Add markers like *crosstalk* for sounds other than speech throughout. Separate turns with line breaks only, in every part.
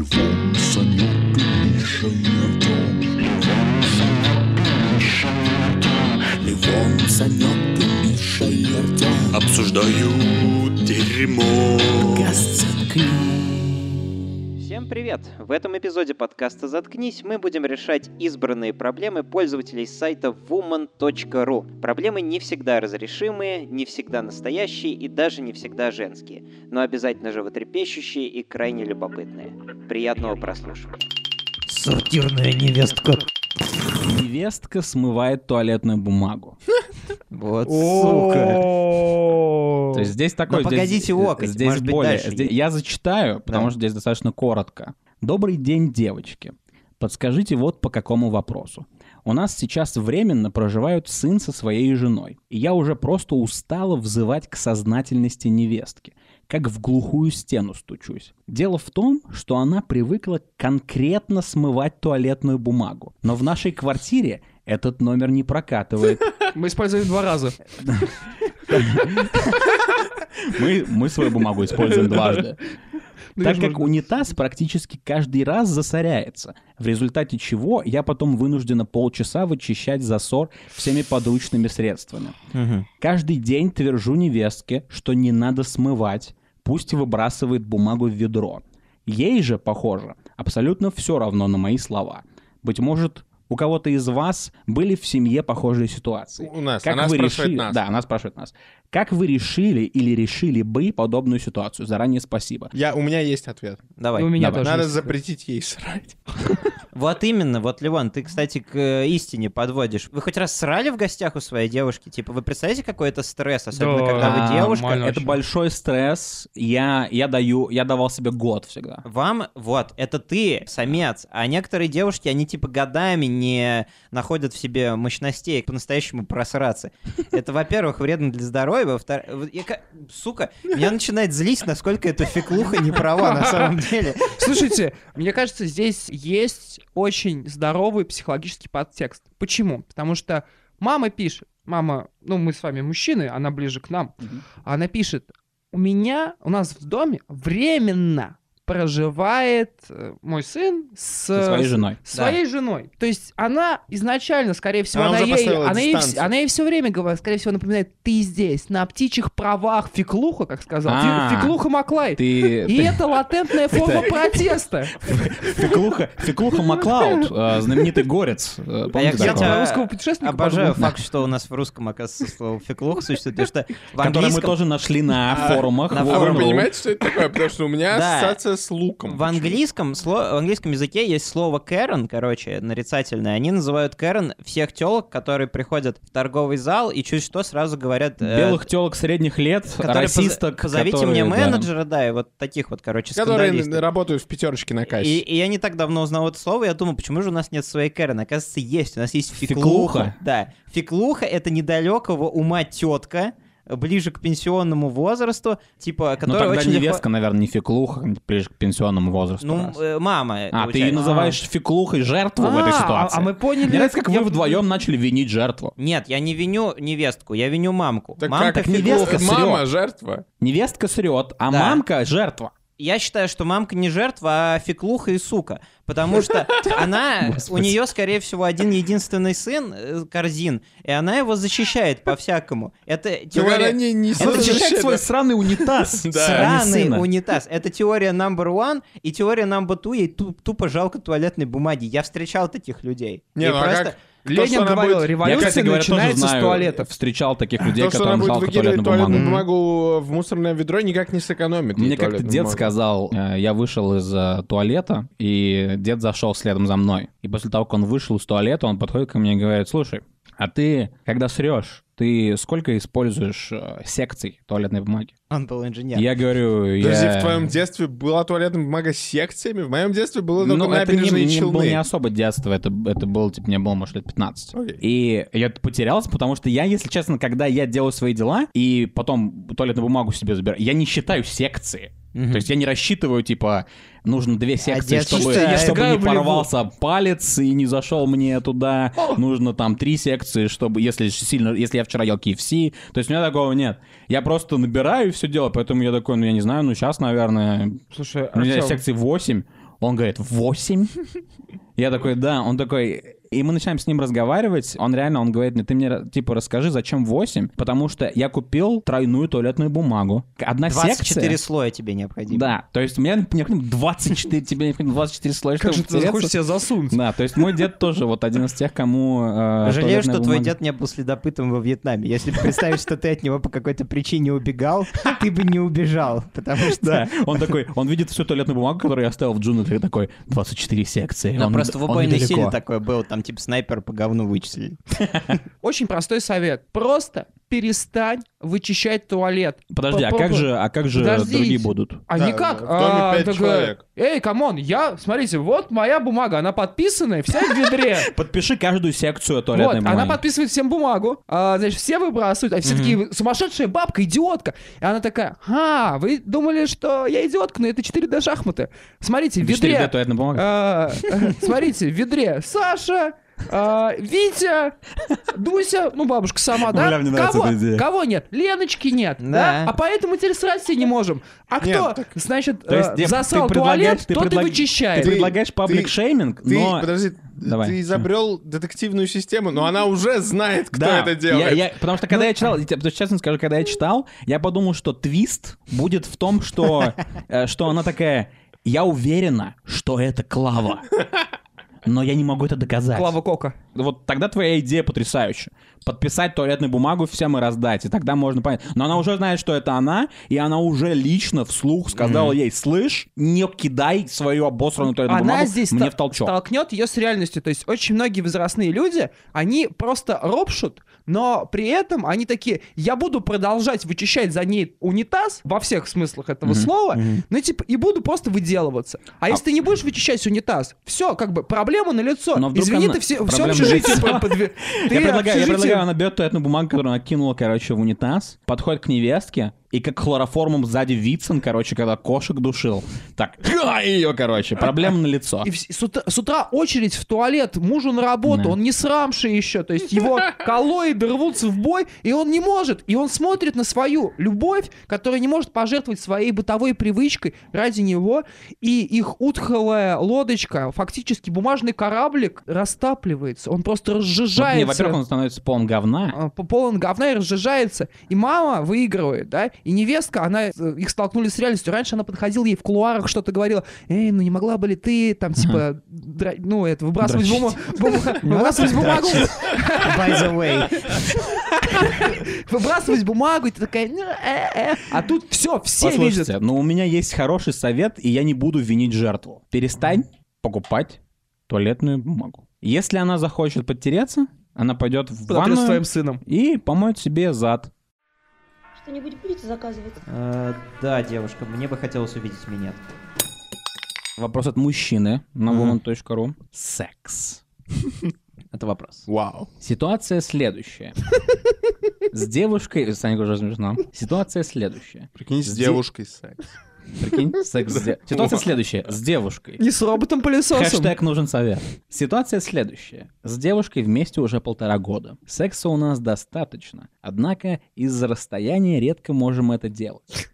Львом, Санек и Миша и Артем. Львом, Санек и Миша и Артем.
Обсуждают дерьмо.
Всем привет! В этом эпизоде подкаста «Заткнись» мы будем решать избранные проблемы пользователей сайта woman.ru. Проблемы не всегда разрешимые, не всегда настоящие и даже не всегда женские, но обязательно животрепещущие и крайне любопытные. Приятного прослушивания.
Сортирная невестка.
Невестка смывает туалетную бумагу.
Вот, сука.
Сука.
То есть здесь такой... здесь-
Ну, погодите, локоть,
Здесь
может быть,
более...
дальше
здесь-
есть.
я зачитаю, потому
Да.
что здесь достаточно коротко. Добрый день, девочки. Подскажите вот по какому вопросу. У нас сейчас временно проживают сын со своей женой. И я уже просто устала взывать к сознательности невестки. Как в глухую стену стучусь. Дело в том, что она привыкла конкретно смывать туалетную бумагу. Но в нашей квартире этот номер не прокатывает.
Мы использовали два раза.
Мы, мы свою бумагу используем дважды.
Ну,
Так
видишь,
как
можно.
унитаз практически каждый раз засоряется, в результате чего я потом вынуждена полчаса вычищать засор всеми подручными средствами.
Мгм.
Каждый день твержу невестке, что не надо смывать, пусть выбрасывает бумагу в ведро. Ей же, похоже, абсолютно все равно на мои слова. Быть может, у кого-то из вас были в семье похожие ситуации.
У нас.
Как
Она
вы
спрашивает
решили...
нас.
Да, она спрашивает нас. Как вы решили или решили бы подобную ситуацию? Заранее спасибо.
Я, у меня есть ответ.
И У
Давай.
меня
Давай.
тоже.
Надо
есть.
запретить ей срать.
Вот именно, вот, Леван, ты, кстати, к э, истине подводишь. Вы хоть раз срали в гостях у своей девушки? Типа, вы представляете, какой это стресс, особенно
Да,
когда вы
А,
девушка?
нормально
Это
вообще.
большой стресс. Я, я даю, я давал себе год всегда.
Вам, вот, это ты, самец, а некоторые девушки, они типа годами не находят в себе мощностей по-настоящему
*laughs*
просраться. Это, во-первых, вредно для здоровья, во-вторых, сука, меня начинает злить, насколько эта феклуха не права на самом деле.
Слушайте, мне кажется, здесь есть очень здоровый психологический подтекст. Почему? Потому что мама пишет, мама, ну мы с вами мужчины, она ближе к нам, она пишет, у меня, у нас в доме временно проживает э, мой сын с
Со Э, своей женой.
с своей женой. То есть она изначально, скорее всего,
Она
она,
уже
ей,
поставила
она, ей, вс-
дистанцию.
она ей все время говорит, скорее всего, напоминает, ты здесь, на птичьих правах, феклуха, как сказал, Фе-
А.
феклуха
*laughs*
Маклай.
Ты,
И это латентная форма протеста.
Феклуха, Феклуха Маклауд, э, знаменитый горец. э, помните
я, кстати,
такого?
а,
Про русского путешественника.
Обожаю
подумал.
факт, что у нас в русском, оказывается, слово феклух существует, потому что в
Который мы
английском...
тоже нашли А, на форумах.
на
Woman.ru.
А Вы
форумах.
понимаете, что это такое? Потому что у меня
Да.
ассоциация с луком.
В английском, сло- в английском языке есть слово Кэрон, короче, нарицательное. Они называют Кэрон всех телок, которые приходят в торговый зал и чуть что сразу говорят... э,
Белых телок средних лет,
которые поз-
расисток.
Позовите мне
которые, да.
менеджера, да. и вот таких вот, короче, скандалистов.
Которые работают в пятерочке на
И,
кассе.
и я не так давно узнал это слово, я думал, почему же у нас нет своей Кэрон? Оказывается, есть. У нас есть феклуха.
Феклуха?
Да. Феклуха — это недалекого ума тетка, ближе к пенсионному возрасту, типа,
Ну
которая
тогда
очень легко-
невестка, наверное, не феклуха, ближе к пенсионному возрасту.
Ну,
раз.
э, мама.
А, ты ее
получается.
называешь феклухой жертву в этой
А,
ситуации.
А а мы поняли...
Мне нравится, как
я-
вы вдвоем начали винить жертву.
Нет, я не виню невестку, я виню мамку.
Так
Мамка
как
фигу-
невестка
фигу- Мама,
срёт.
жертва.
Невестка срет, а
Да.
мамка жертва.
Я считаю, что мамка не жертва, а феклуха и сука. Потому что она, у
Господи.
нее, скорее всего, один единственный сын, э, корзин, и она его защищает по-всякому. Это
Так она
теория...
не- не
Он защищает
совершенно.
свой сраный унитаз. а не
Сраный
сына.
унитаз. Это теория number one, и теория number two, ей ту- тупо жалко туалетной бумаги. Я встречал таких людей.
Не,
И
ну а
просто-
как? То, что
Ленин
она
говорил,
будет-
Я, кстати
революция
говоря, тоже
начинается с
знаю,
туалетов.
встречал таких людей,
То, что она
которым
будет
жалко
выкидывать
туалетную
туалетную
бумагу.
бумагу в мусорное ведро, никак не сэкономит. ей
Мне как-то
туалетную
дед
бумагу.
сказал, э, я вышел из э, туалета, и дед зашел следом за мной. И после того, как он вышел из туалета, он подходит ко мне и говорит, слушай, а ты, когда срешь, ты сколько используешь э, секций туалетной бумаги?
Он был инженер.
Я говорю, я...
Подожди, в твоем детстве была туалетная бумага с секциями? В моем детстве было только
Ну, это не,
набережные
не было
Челны.
не особо детство, это, это было, типа, мне было, может, лет 15.
Окей.
И я потерялся, потому что я, если честно, когда я делаю свои дела, и потом туалетную бумагу себе забираю, я не считаю секции.
Мгм.
То есть я не рассчитываю, типа, нужно две секции,
дед
чтобы,
считает.
чтобы
Я
не
играю в леву.
порвался палец и не зашел мне туда. Нужно там три секции, чтобы, если сильно, если я вчера ел KFC. То есть у меня такого нет. Я просто набираю и все делаю, поэтому я такой, ну я не знаю, ну сейчас, наверное,
Слушай,
у меня
Артём,
секции 8. Он говорит, 8? Я такой, да. Он такой, и мы начинаем с ним разговаривать. Он реально, он говорит мне, ты мне, ра- типа, расскажи, зачем 8? Потому что я купил тройную туалетную бумагу. Одна
24
секция...
слоя тебе необходимо.
Да, то есть мне необходимо 24, тебе необходимо 24 слоя,
Как
чтобы
же ты захочешь
втереться.
себя засунуть?
Да, то есть мой дед тоже вот один из тех, кому... э,
Жалею, что
туалетная
твой
бумага-
дед не был следопытом во Вьетнаме. Если представишь, что ты от него по какой-то причине убегал, ты бы не убежал, потому что...
*laughs* Да, он такой, он видит всю туалетную бумагу, которую я оставил в джунглях, и такой, 24 секции.
Ну,
он-
просто в
он
убойной
недалеко».
силе такое было, там типа снайпер по говну вычислили.
Очень простой совет. Просто перестань вычищать туалет.
Подожди, а как
Попробуй.
же, а как же
Подождите.
другие будут?
А
Да,
никак.
в доме
А,
пять
так, э,
человек.
Эй, камон, я, смотрите, вот моя бумага, она подписанная, вся в ведре.
*laughs* Подпиши каждую секцию
Вот,
туалетной
она
бумаги.
подписывает всем бумагу, а, значит, все выбрасывают, а все такие, сумасшедшая бабка, идиотка. И она такая, а, вы думали, что я идиотка, но это 4D шахматы. Смотрите, в
4D
ведре,
туалетная бумага.
а, э, смотрите, в ведре Саша, а, Витя, Дуся, ну бабушка сама, да?
Бля, мне нравится
кого,
эта идея.
кого нет? Леночки нет,
Да.
да? А поэтому теперь срать все не можем. А кто,
Нет,
значит,
То есть,
э,
Дев, ты
засал
предлагаешь-
туалет,
ты
тот и
предлаг- Ты
вычищает.
предлагаешь паблик-шейминг,
Ты,
но...
подожди,
Давай.
ты изобрел детективную систему, но она уже знает, кто
Да,
это делает. Ну.
я- я- потому что когда я читал, я тебе- потому что, честно скажу, когда я читал, я подумал, что твист будет в том, что, э, что она такая, я уверена, что это Клава, но я не могу это доказать.
Клава Кока.
Вот тогда твоя идея потрясающая. Подписать туалетную бумагу всем и раздать, и тогда можно понять. Но она уже знает, что это она, и она уже лично вслух сказала ей, слышь, не кидай свою обосранную туалетную
она
бумагу
здесь
мне
ста-
в толчок.
столкнет ее с реальностью. То есть очень многие возрастные люди, они просто ропшут, но при этом они такие, я буду продолжать вычищать за ней унитаз во всех смыслах этого слова, ну типа и буду просто выделываться. А, если ты не будешь вычищать унитаз, все, как бы проблема на лицо.
Но вдруг
Извини,
она-
ты все, все
проблема
общежитие
на лицо.
под- подве-
*laughs*
ты
Я предлагаю, я
общежитие-
предлагаю, она берет туалетную бумагу, которую она кинула, короче, в унитаз, подходит к невестке, и как хлороформом сзади Вицин, короче, когда кошек душил, так, *laughs* ее, короче, проблема на лицо.
И вс- с, утра, с утра очередь в туалет, мужу на работу,
Да.
он не срамший еще, то
*laughs*
есть его коллоиды рвутся в бой, и он не может, и он смотрит на свою любовь, которая не может пожертвовать своей бытовой привычкой ради него, и их утхалая лодочка, фактически бумажный кораблик растапливается, он просто
Вот, не,
разжижается.
во-первых, он становится полон говна.
а, по- полон говна и разжижается. И мама выигрывает, да? И невестка, она, э, их столкнули с реальностью. Раньше она подходила ей в кулуарах, что-то говорила. Эй, ну не могла бы ли ты там, типа, дра- ну это, выбрасывать
Дрочить.
бумагу, *laughs* выбрасывать бумагу,
By the *laughs* way.
выбрасывать бумагу, и ты такая, «Ну, э, э». А тут все, все
Послушайте,
видят.
но у меня есть хороший совет, и я не буду винить жертву. Перестань покупать туалетную бумагу. Если она захочет подтереться, она пойдет в
Смотрю с твоим
ванную
сыном.
и помоет себе зад.
Что-нибудь будете заказывать?
Э, Да, девушка, мне бы хотелось увидеть меня.
Вопрос от мужчины на
Мгм.
woman.ru. Секс. Это вопрос.
Вау.
Ситуация
*laughs*
следующая. С девушкой... Саня, уже смешно. Ситуация следующая.
Прикинь, с
Где-
девушкой секс.
Прикинь, секс с де- Ситуация следующая. С девушкой.
Не с роботом-пылесосом.
Хэштег нужен совет. Ситуация следующая. С девушкой вместе уже полтора года. Секса у нас достаточно. Однако из-за расстояния редко можем это делать.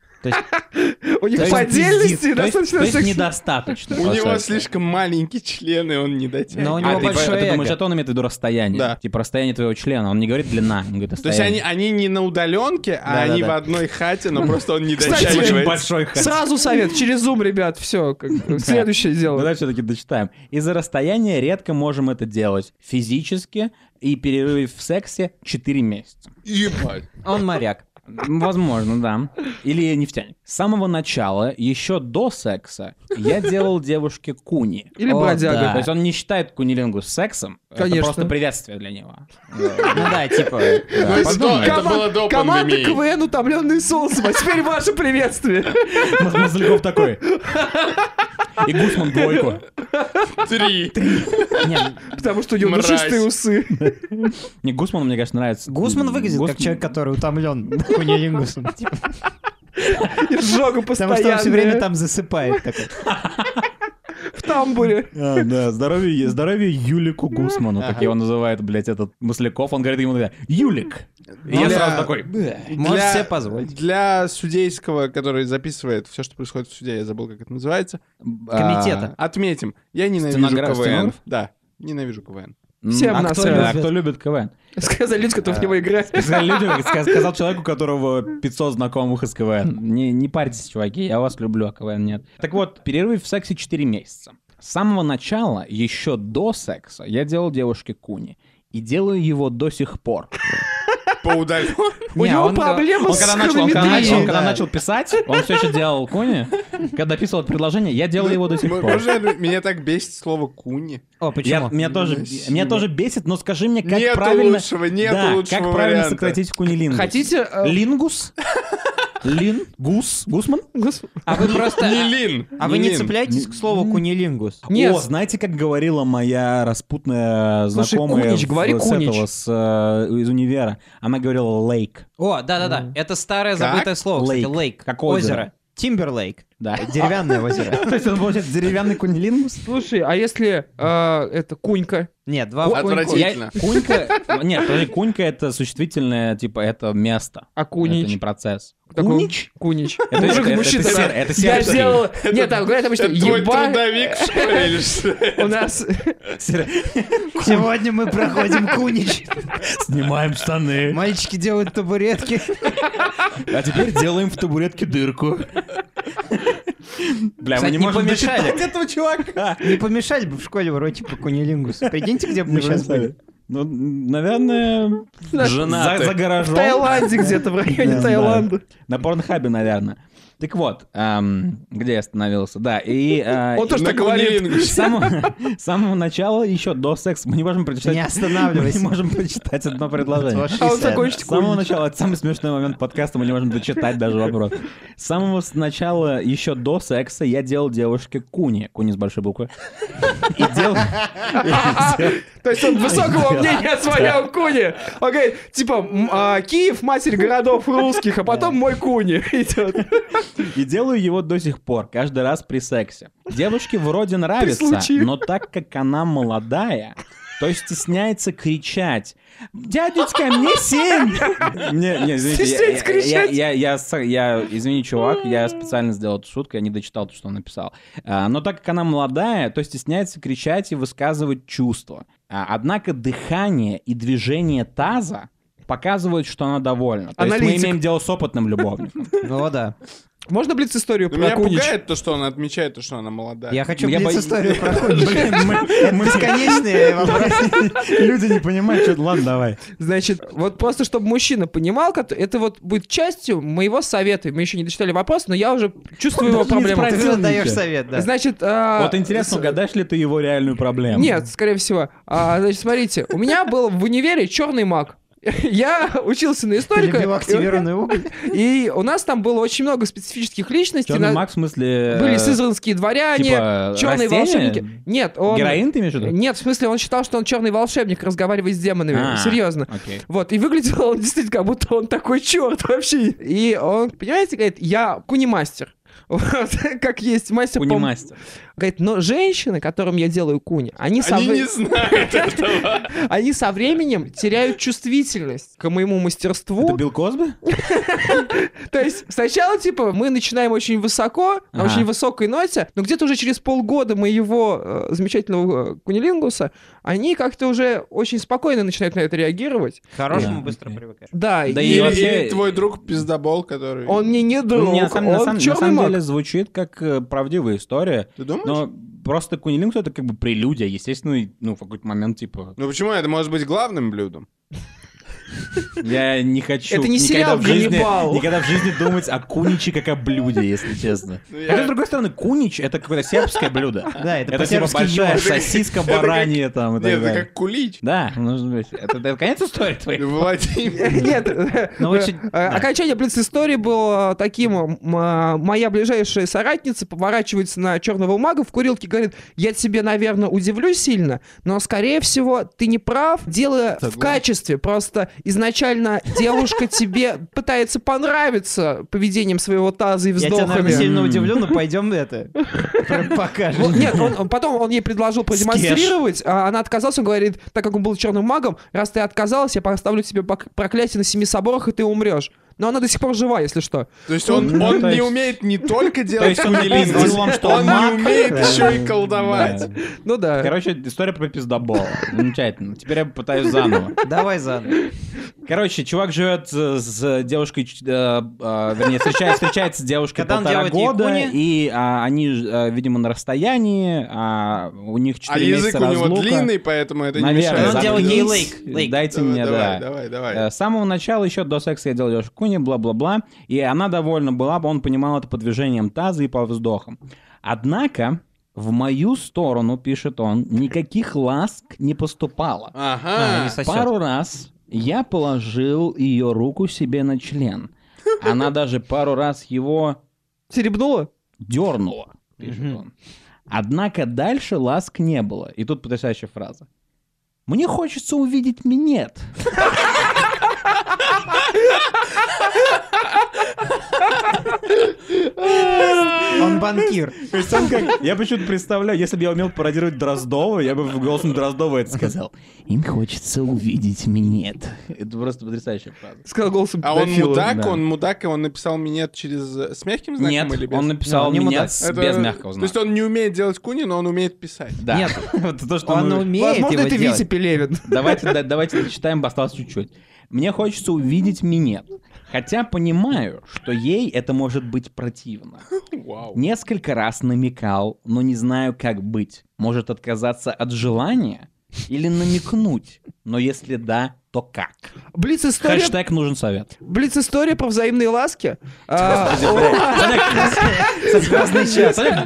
У них
То есть-
по отдельности
то есть-
достаточно
то есть
секс.
недостаточно. *laughs*
У него
Достаточно.
слишком маленький член, и он
Но
не
у
дотягивает.
А
него
ты,
большое
ты
эго.
думаешь, это он имеет в виду расстояние?
Да.
Типа расстояние твоего члена. Он не говорит длина, он говорит
То есть они,
расстояние.
они не на удаленке, а
Да-да-да.
они в одной хате, но просто он не
Кстати,
дотягивает.
Сразу совет, через Zoom, ребят, все, следующее дело.
Давай все-таки дочитаем. Из-за расстояния редко можем это делать. Физически и перерыв в сексе 4 месяца.
Ебать.
Он моряк.
Возможно, да. Или нефтяник. С самого начала, еще до секса, я делал девушке куни.
Или
О,
бродяга.
да.
То есть он не считает кунилингу сексом. Это
Конечно.
просто приветствие для
*laughs*
него.
Ну да, типа...
Ну и что? Это
Кома-
было до
Команда
пандемии.
КВН утомленные соусом, а теперь ваше приветствие. *laughs*
Мазляков такой. И Гусман двойку.
Три.
Не,
Потому что у него
Мразь.
душистые усы.
Не, Гусман, мне, конечно, нравится.
Гусман выглядит как
Гусман.
человек, который утомлен кунилингусом. типа,
И жога
Потому что он
постоянно.
все время там засыпает. такой.
В тамбуре.
А, да, здоровье, здоровье Юлику Гусману, как его называет, блядь, этот Масляков. Он говорит ему тогда, Юлик! И я
Бля.
сразу такой,
Можешь
Для-
себе позволить.
Для судейского, который записывает все, что происходит в суде, я забыл, как это называется.
Комитета.
А, отметим. Я ненавижу
Стенограф-
КВН.
стенограф?
Да, ненавижу КВН.
«М,
Всем
а
на
кто,
свет.
а кто любит КВН?
Сказали люди, которые в него играют.
А, Сказали люди, как сказ- сказал человеку, у которого 500 знакомых из КВН. Не, не парьтесь, чуваки, я вас люблю, а КВН нет. Так вот, перерыв в сексе 4 месяца. С самого начала, еще до секса, я делал девушке куни. И делаю его до сих пор.
По удалению.
*laughs* У
Не,
него
он когда-
проблемы
он
с
когда начал, он когда
хронометрией.
начал- он когда
Да.
начал писать, он все еще делал куни. Когда писал это предложение, я делал его до сих
М-
пор.
можно- Ну, Меня так бесит слово куни.
О,
Я,
почему?
меня, тоже,
Спасибо.
меня тоже бесит, но скажи мне, как
Нет
правильно...
лучшего, нет
Да,
лучшего
как правильно
варианта.
сократить кунилингус?
Хотите... э,
Лингус? Лин? Гус? Гусман?
гос-
А вы просто...
Не лин.
А вы не
лин.
цепляетесь к слову кунилингус?
Нет.
О, знаете, как говорила моя распутная
Слушай,
знакомая
Кунич,
в-
говори
с
Кунич.
этого, с, э, из универа? Она говорила лейк.
О, да-да-да, это старое
Как?
забытое слово, кстати,
Лейк.
лейк.
Как озеро.
Озеро. Тимберлейк.
Да.
Деревянное озеро.
То есть он получается деревянный кунилингус?
Слушай, а если э, это кунька?
Нет, два в коньку.
Отвратительно.
Я- Кунька... *laughs* Нет, подожди, кунька — это существительное, типа, это место.
А
Это не
кунич?
процесс.
Такой
Кунич?
Кунич.
Это-
Мужик,
это- это
мужчина.
сер-
такой,
это
Я
сербский».
сделал... Нет, там говорят обычно,
Это твой
еба,
трудовик, что ли, или
*laughs*
что?
у нас...
Сегодня мы проходим кунич.
Снимаем штаны.
Мальчики делают табуретки.
А теперь делаем в табуретке дырку. Бля, мы
Кстати,
А не
не
можем
помешали.
дочитать этого чувака.
Не помешали бы в школе уроки по кунилингусу. Прикиньте, где бы мы сейчас были.
Ну, наверное, за, за
В
гаражом.
Таиланде где-то, в
Да,
районе Таиланда.
На Порнхабе, наверное. Так вот, ам, где я остановился? Да, и... *laughs* а,
Он тоже
и-
так говорит.
С самого, с самого начала, еще до секса, мы не можем прочитать... *laughs*
Не останавливайся.
Мы не можем прочитать одно предложение.
А он такой,
С самого начала, это самый смешной момент подкаста, мы не можем дочитать даже вопрос. С самого с- начала, еще до секса, я делал девушке куни. Куни с большой буквы. И делал... и делал-
То есть он высокого
Да.
мнения о своем куне. Он говорит, типа, м, а, Киев, матерь городов русских, а потом мой куни *laughs* идет.
И делаю его до сих пор, каждый раз при сексе. Девушке вроде нравится,
случае.
но так как она молодая, то стесняется кричать. Дядечка, мне семь! Не, не, извините, я-
Стесняется
я- я-
кричать.
я- я с- я- Извини, чувак, я специально сделал эту шутку, я не дочитал то, что он написал. А, Но так как она молодая, то стесняется кричать и высказывать чувства. А, Однако дыхание и движение таза показывают, что она довольна. То есть мы
Аналитик.
имеем дело с опытным любовником.
Ну да.
Можно блиц историю
Меня
про кунич?
пугает то, что она отмечает, то, что она молодая.
Я хочу
Я
блиц
боюсь-
историю про кунич.
Блин, мы- мы-
Бесконечные вопросы.
Люди не понимают, что... *laughs* Ладно, давай.
Значит, вот просто чтобы мужчина понимал, как- это вот будет частью моего совета. Мы еще не дочитали вопрос, но я уже чувствую его
даже не
проблему.
спросил.
Ты даешь совет, да.
Значит, а,
Вот интересно, угадаешь ли ты его реальную проблему?
Нет, скорее всего. А, значит, смотрите, у меня был в универе черный маг. Я учился на
Ты
историка,
любил активированный уголь.
и у нас там было очень много специфических личностей.
Черный
На-
маг, в смысле...
Были
э,
сызранские дворяне,
типа
черные
растения?
волшебники. Нет, он...
Героин ты имеешь в виду?
Нет, в смысле, он считал, что он черный волшебник, разговаривает с демонами.
А.
Серьезно.
Окей.
Вот, и выглядел он действительно, как будто он такой черт вообще. И он, понимаете, говорит, я кунимастер. *laughs* Вот, как есть мастер по-
Кунимастер.
Говорит, но женщины, которым я делаю куни, они, со,
А
Они
вре-
не
*laughs*
знают этого.
они со временем теряют чувствительность к моему мастерству.
Это Билл Косби?
То есть сначала, типа, мы начинаем очень высоко, на
Ага.
очень высокой ноте, но где-то уже через полгода моего э, замечательного э, кунилингуса, они как-то уже очень спокойно начинают на это реагировать.
К хорошему
Да,
быстро
окей.
привыкаешь.
Да,
Да
и
и
Или,
А вообще-
или твой друг пиздобол, который...
он мне не друг,
Ну, Не, на самом, на
он
самом- на
черный
самом
маг. Ну,
деле звучит как э, правдивая история,
Ты думаешь?
но просто кунилингус это как бы прелюдия, естественно, и, ну, в какой-то момент, типа,
Ну почему? Это может быть главным блюдом.
я не хочу
Это не
никогда
сериал
в жизни,
«Ганнибал».
никогда в жизни думать о куниче как о блюде, если честно.
Ну, я-
Хотя, А с другой стороны, кунич — это какое-то сербское блюдо.
Да, это
Это типа
по-сербски
большая
ёж.
сосиска
это как-
баранья там и
Нет,
так
это
далее.
как кулич.
Да, нужно быть. Это это конец истории твоей.
Владимир.
*laughs*
*laughs* Нет, э,
Ну, очень-
э,
А
окончание блиц-истории было таким. м, э, Моя ближайшая соратница поворачивается на черного мага в курилке и говорит, я тебе, наверное, удивлю сильно, но, скорее всего, ты не прав. Дело в
Согласен.
качестве. Просто изначально девушка тебе пытается понравиться поведением своего таза и
Я тебя, наверное,
вздохами.
сильно
М.
удивлю, но пойдем это. Прям *laughs*
Вот,
покажем.
нет, он, он- потом он ей предложил продемонстрировать, а она отказалась, он говорит, так как он был черным магом, раз ты отказалась, я поставлю тебе пок- проклятие на семи соборах, и ты умрешь. Но она до сих пор жива, если что.
То есть он, он не умеет не только делать
есть он не
кульбиз,
пиздил вам, что он
он
маг?
не умеет еще и
Да.
колдовать.
Ну да.
Короче, история про пиздобола. Замечательно. Теперь я пытаюсь заново.
Давай заново.
Короче, чувак живет э, с, с девушкой, ч- э, э, вернее, встреча- встречается с девушкой
Когда он
полтора
делает
года,
якуни?
и а, они, ж- э, видимо, на расстоянии, а у них
А
4
язык
месяца
у него
разлука.
длинный, поэтому это не
Наверное,
мешает.
Он делал
заткнись.
гей-лейк, лейк.
Дайте
Давай,
мне,
давай,
да.
давай, давай.
Э, С самого начала еще до секса я делал девушку куни, бла-бла-бла. И она довольна была, он понимал это по движениям таза и по вздохам. Однако, в мою сторону, пишет он, никаких ласк не поступало.
А,
Ага.
не сосет. *laughs*
Пару раз я положил ее руку себе на член. Она даже пару раз его
Серебнула?
дернула, пишет
Мгм.
он. Однако дальше ласк не было. И тут потрясающая фраза. Мне хочется увидеть минет.
Он банкир.
То есть он как- Я почему-то представляю, если бы я умел пародировать Дроздова, я бы в голосом Дроздова это сказал. Им хочется увидеть минет. Это просто потрясающая фраза.
Сказал голосом
А он
педофила.
мудак,
да.
он мудак, и он написал минет через... э, С мягким знаком
Нет,
или без?
он написал
Не, он не
минет
мудак.
с-
Это-
без мягкого
То есть
знака.
он не умеет делать куни, но он умеет писать.
Да.
Нет,
*laughs* Вот то, что
он
мы-
умеет
Возможно,
его
это Витя
делать.
Пелевин.
Давайте, да- давайте дочитаем, осталось чуть-чуть. Мне хочется увидеть минет. Хотя понимаю, что ей это может быть противно.
Вау.
Несколько раз намекал, но не знаю, как быть. Может отказаться от желания или намекнуть? Но если да, то как?
Блиц-история
Хэштег нужен совет.
Блиц-история про взаимные ласки. А, о,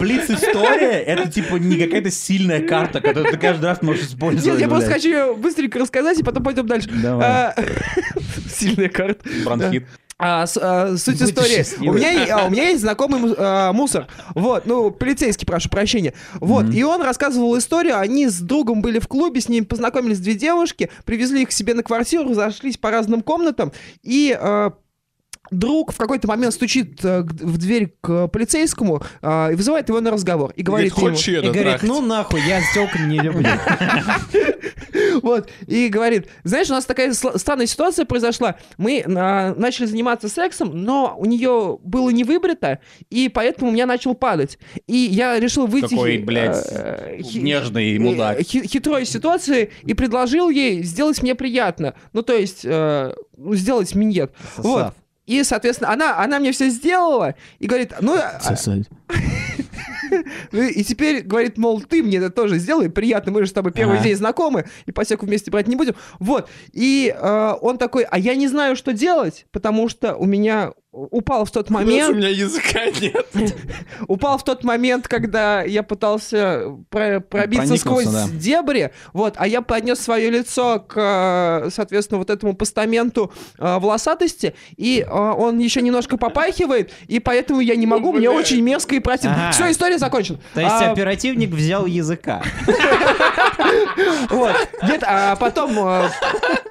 Блиц история это типа не какая-то сильная карта, которую ты каждый раз можешь
Нет,
использовать.
я просто хочу ее быстренько рассказать, и потом пойдем дальше.
Давай.
А, *laughs* Сильная карта.
Бронхит.
А, с- а, суть истории. У
счастливой.
меня, е- а, у меня есть знакомый му- а, мусор. Вот, ну, полицейский, прошу прощения. Вот, и он рассказывал историю. Они с другом были в клубе, с ними познакомились две девушки, привезли их к себе на квартиру, разошлись по разным комнатам. И а, друг в какой-то момент стучит а, к- в дверь к полицейскому а, и вызывает его на разговор. И говорит ему...
хочешь её
И говорит,
дотрахать?»
ну нахуй, я стёлку не люблю.
*laughs* Вот, и говорит, знаешь, у нас такая сл- странная ситуация произошла. Мы а, начали заниматься сексом, но у нее было не выбрито, и поэтому у меня начал падать. И я решил выйти...
Какой,
хи-
блядь,
э, хи-
Нежный мудак.
э, хи- хитрой ситуации и предложил ей сделать мне приятно. Ну, то есть, э, ну, сделать миньет. Вот. И, соответственно, она, она мне все сделала и говорит, ну, а- *laughs* ну, и теперь говорит, мол, ты мне это тоже сделай, приятно, мы же с тобой первый
Ага.
день знакомы, ипотеку вместе брать не будем. Вот. И э, он такой, а я не знаю, что делать, потому что у меня упал в тот
Плюс у
момент,
меня языка нет.
упал в тот момент, когда я пытался про- пробиться
Проникнуться,
сквозь
да.
дебри, вот, а я поднес свое лицо к, э, соответственно, вот этому постаменту э, волосатости, и э, он еще немножко попахивает, и поэтому я не могу, мне
Бля.
очень мерзко и противно.
Ага.
Все, история закончена.
То есть
А,
оперативник взял *laughs* языка.
Вот. Нет, а потом э,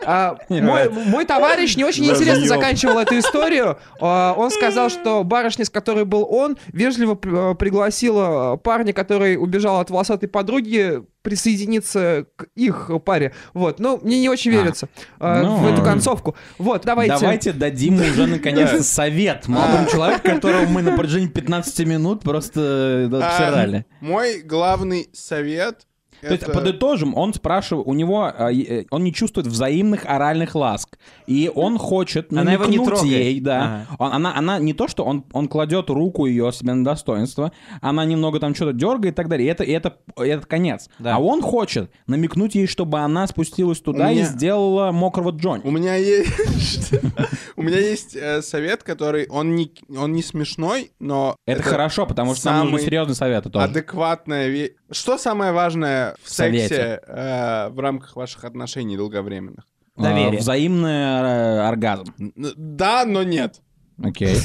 а, мой, мой товарищ не очень интересно заканчивал эту историю. А, Он сказал, что барышня, с которой был он, вежливо при- э, пригласила парня, который убежал от волосатой подруги, присоединиться к их паре. Вот. Ну, мне не очень
А.
верится э, в
Ну.
эту концовку. Вот, давайте.
Давайте дадим уже наконец совет молодому человеку, которого мы на протяжении 15 минут просто э, да,
А,
обсирали.
Мой главный совет...
То есть,
это-
подытожим, он спрашивает, у него, а, и, э, он не чувствует взаимных оральных ласк, и он хочет
Она его не
намекнуть
трогает.
ей, да. Он- она, она не то, что он, он кладет руку ее себе на достоинство, она немного там что-то дергает и так далее, и это, и это, и это конец.
Да.
А он хочет намекнуть ей, чтобы она спустилась туда и
меня-
сделала мокрого Джонни.
У меня есть... *laughs* У меня есть э, совет, который... Он не он не смешной, но...
Это, хорошо, потому что нам нужны
самый
серьезные советы тоже.
Адекватная вещь. Что самое важное в
Совете.
сексе э, в рамках ваших отношений долговременных?
Доверие.
Доверие.
А, взаимный э, оргазм.
Н- Да,
*laughs*
но нет.
Окей.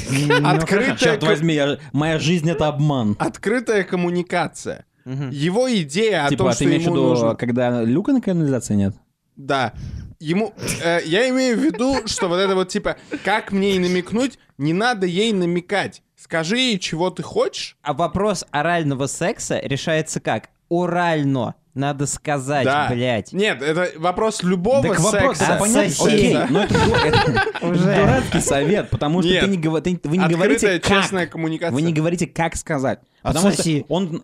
Открытая,
Ну, Черт
ко-
возьми, я- моя жизнь это обман.
открытая коммуникация.
Мгм.
Его идея о
Типа,
том,
ты
что
имеешь в
ему
виду,
нужно...
когда люка на канализации нет?
Да. Ему, э, я имею в виду, что вот это вот типа, как мне ей намекнуть, не надо ей намекать. Скажи ей, чего ты хочешь.
А вопрос орального секса решается как? Орально. Надо сказать,
Да.
блядь.
Нет, это вопрос любого
Так вопрос,
секса.
да, А, понятно,
Соседи.
окей, но это,
*laughs*
ду- это
Уже.
дурацкий совет, потому что
Нет.
ты не, гова- ты- вы не
Открытая,
говорите как,
честная коммуникация.
вы не говорите как сказать, потому
Отсоси.
что он...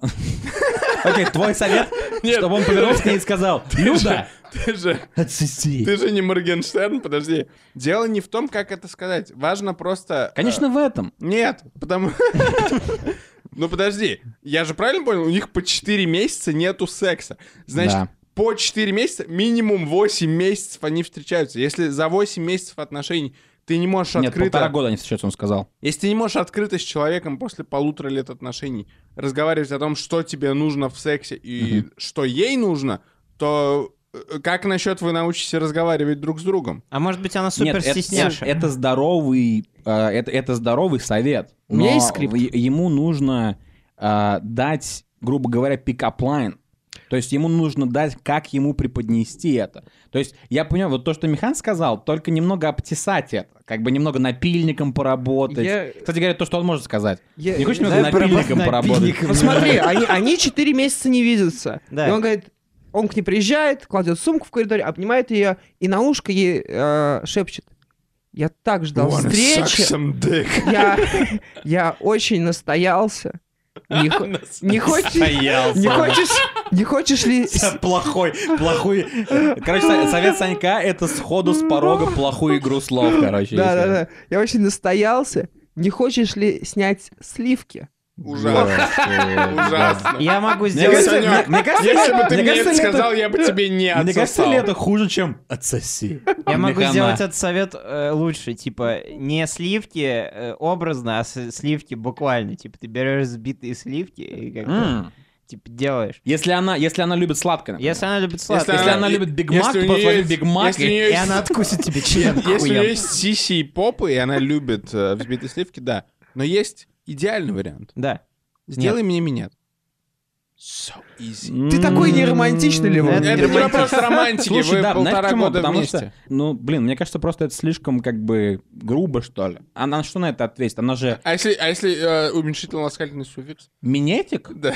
*laughs* Окей, твой совет,
*laughs*
чтобы он повернулся к ней и сказал, Люда,
Ты же,
отсоси.
ты же не Моргенштерн, подожди. Дело не в том, как это сказать. Важно просто... э,
Конечно, в этом.
Нет, потому... *laughs* Ну подожди, я же правильно понял, у них по 4 месяца нету секса. Значит,
Да.
по 4 месяца, минимум 8 месяцев они встречаются. Если за 8 месяцев отношений ты не можешь
Нет, полтора
открыто...
года они встречаются, он сказал.
Если ты не можешь открыто с человеком после полутора лет отношений разговаривать о том, что тебе нужно в сексе и что ей нужно, то э, как насчет вы научитесь разговаривать друг с другом?
А может быть, она
Нет,
супер
это-
стесняша? *laughs*
Это, здоровый, э, это, это здоровый совет.
У меня
но
есть скрипт.
в- Ему нужно э, дать, грубо говоря, пикап-лайн. То есть ему нужно дать, как ему преподнести это. То есть я понимаю, вот то, что Михан сказал, только немного обтесать это. Как бы немного напильником поработать.
Я-
Кстати говоря, то, что он может сказать.
Я-
Не хочешь
я-
немного напильником
поработать
поработать?
напильником.
*laughs* Вот смотри, они, они 4 месяца не видятся.
Да.
И он говорит, он к ней приезжает, кладет сумку в коридоре, обнимает ее и на ушко ей э, шепчет. Я так ждал
Wanna suck
встречи.
some dick.
Я, я очень настоялся. Не, хо- не хочешь, не хочешь, не хочешь ли... с-
Плохой, плохой. Короче, со- совет Санька — это сходу с порога плохую игру слов, короче.
Да, да,
если-
да. Я очень настоялся. Не хочешь ли снять сливки?
Ужасно. Ужасно.
Я могу
Мне
сделать...
кажется,
Санёк,
мне- мне кажется,
Если
лето-
бы ты
мне
мне
кажется,
это
лето-
сказал, я бы тебе не
Мне кажется,
отсосал.
лето хуже, чем отсоси.
Я могу
Механа.
сделать этот совет э, лучше, типа, не сливки э, образно, а с- сливки буквально. Типа, ты берешь сбитые сливки и как бы,
М.
типа, делаешь.
Если она, если она любит сладкое, например.
Если она любит сладкое.
Если она любит Биг Мак,
если у
то
неё
возьми
есть-
Биг Мак
если у
и-
неё
И
есть-
она откусит тебе член
Если у
хуем.
нее есть сиси и попы, и она любит э, взбитые сливки, да. Но есть идеальный вариант.
Да.
Сделай мне меня. So easy.
М.
Ты такой неромантичный, Левон.
Это
Это
не
не вопрос романтики,
Слушай,
вы
да, знаешь
полтора
почему?
года
Потому
вместе.
что, ну, блин, мне кажется, просто это слишком как бы грубо, что ли. Она что на это ответит? Она же
А если, а если э, уменьшительно ласкательный суффикс?
минетик?
Да.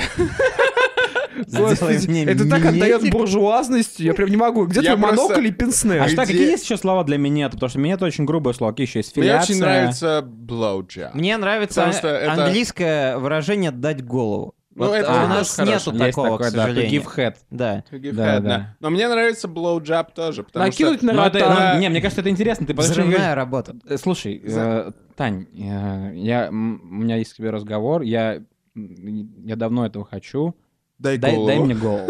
Сделай мне
это так
минетик.
отдает буржуазностью. Я прям не могу. Где
Я
твой монокль
просто-
и пенсне?
А что,
Э, Где-
какие есть еще слова для минета? Потому что минет очень грубое слово. Какие еще есть
Мне
филиация?
очень нравится blowjob.
Мне нравится
Потому что это-
английское выражение «дать голову».
Ну,
Вот а
это
у
тоже
нас
хорошо.
нету
А, Есть
такого, к
такое, да, to
сожалению.
give head.
Да.
To give
Да, да.
head, да. Но мне нравится blowjob тоже, потому
Накинуть
что...
на
Ну, это-
рота.
ну, не, мне кажется, это интересно. Ты подошёл и говоришь,
Взрывная работа.
Э, Слушай, э, Тань, э, я, м, у меня есть к тебе разговор. Я, м, я давно этого хочу.
Дай
Дай, дай
голову.
мне голову.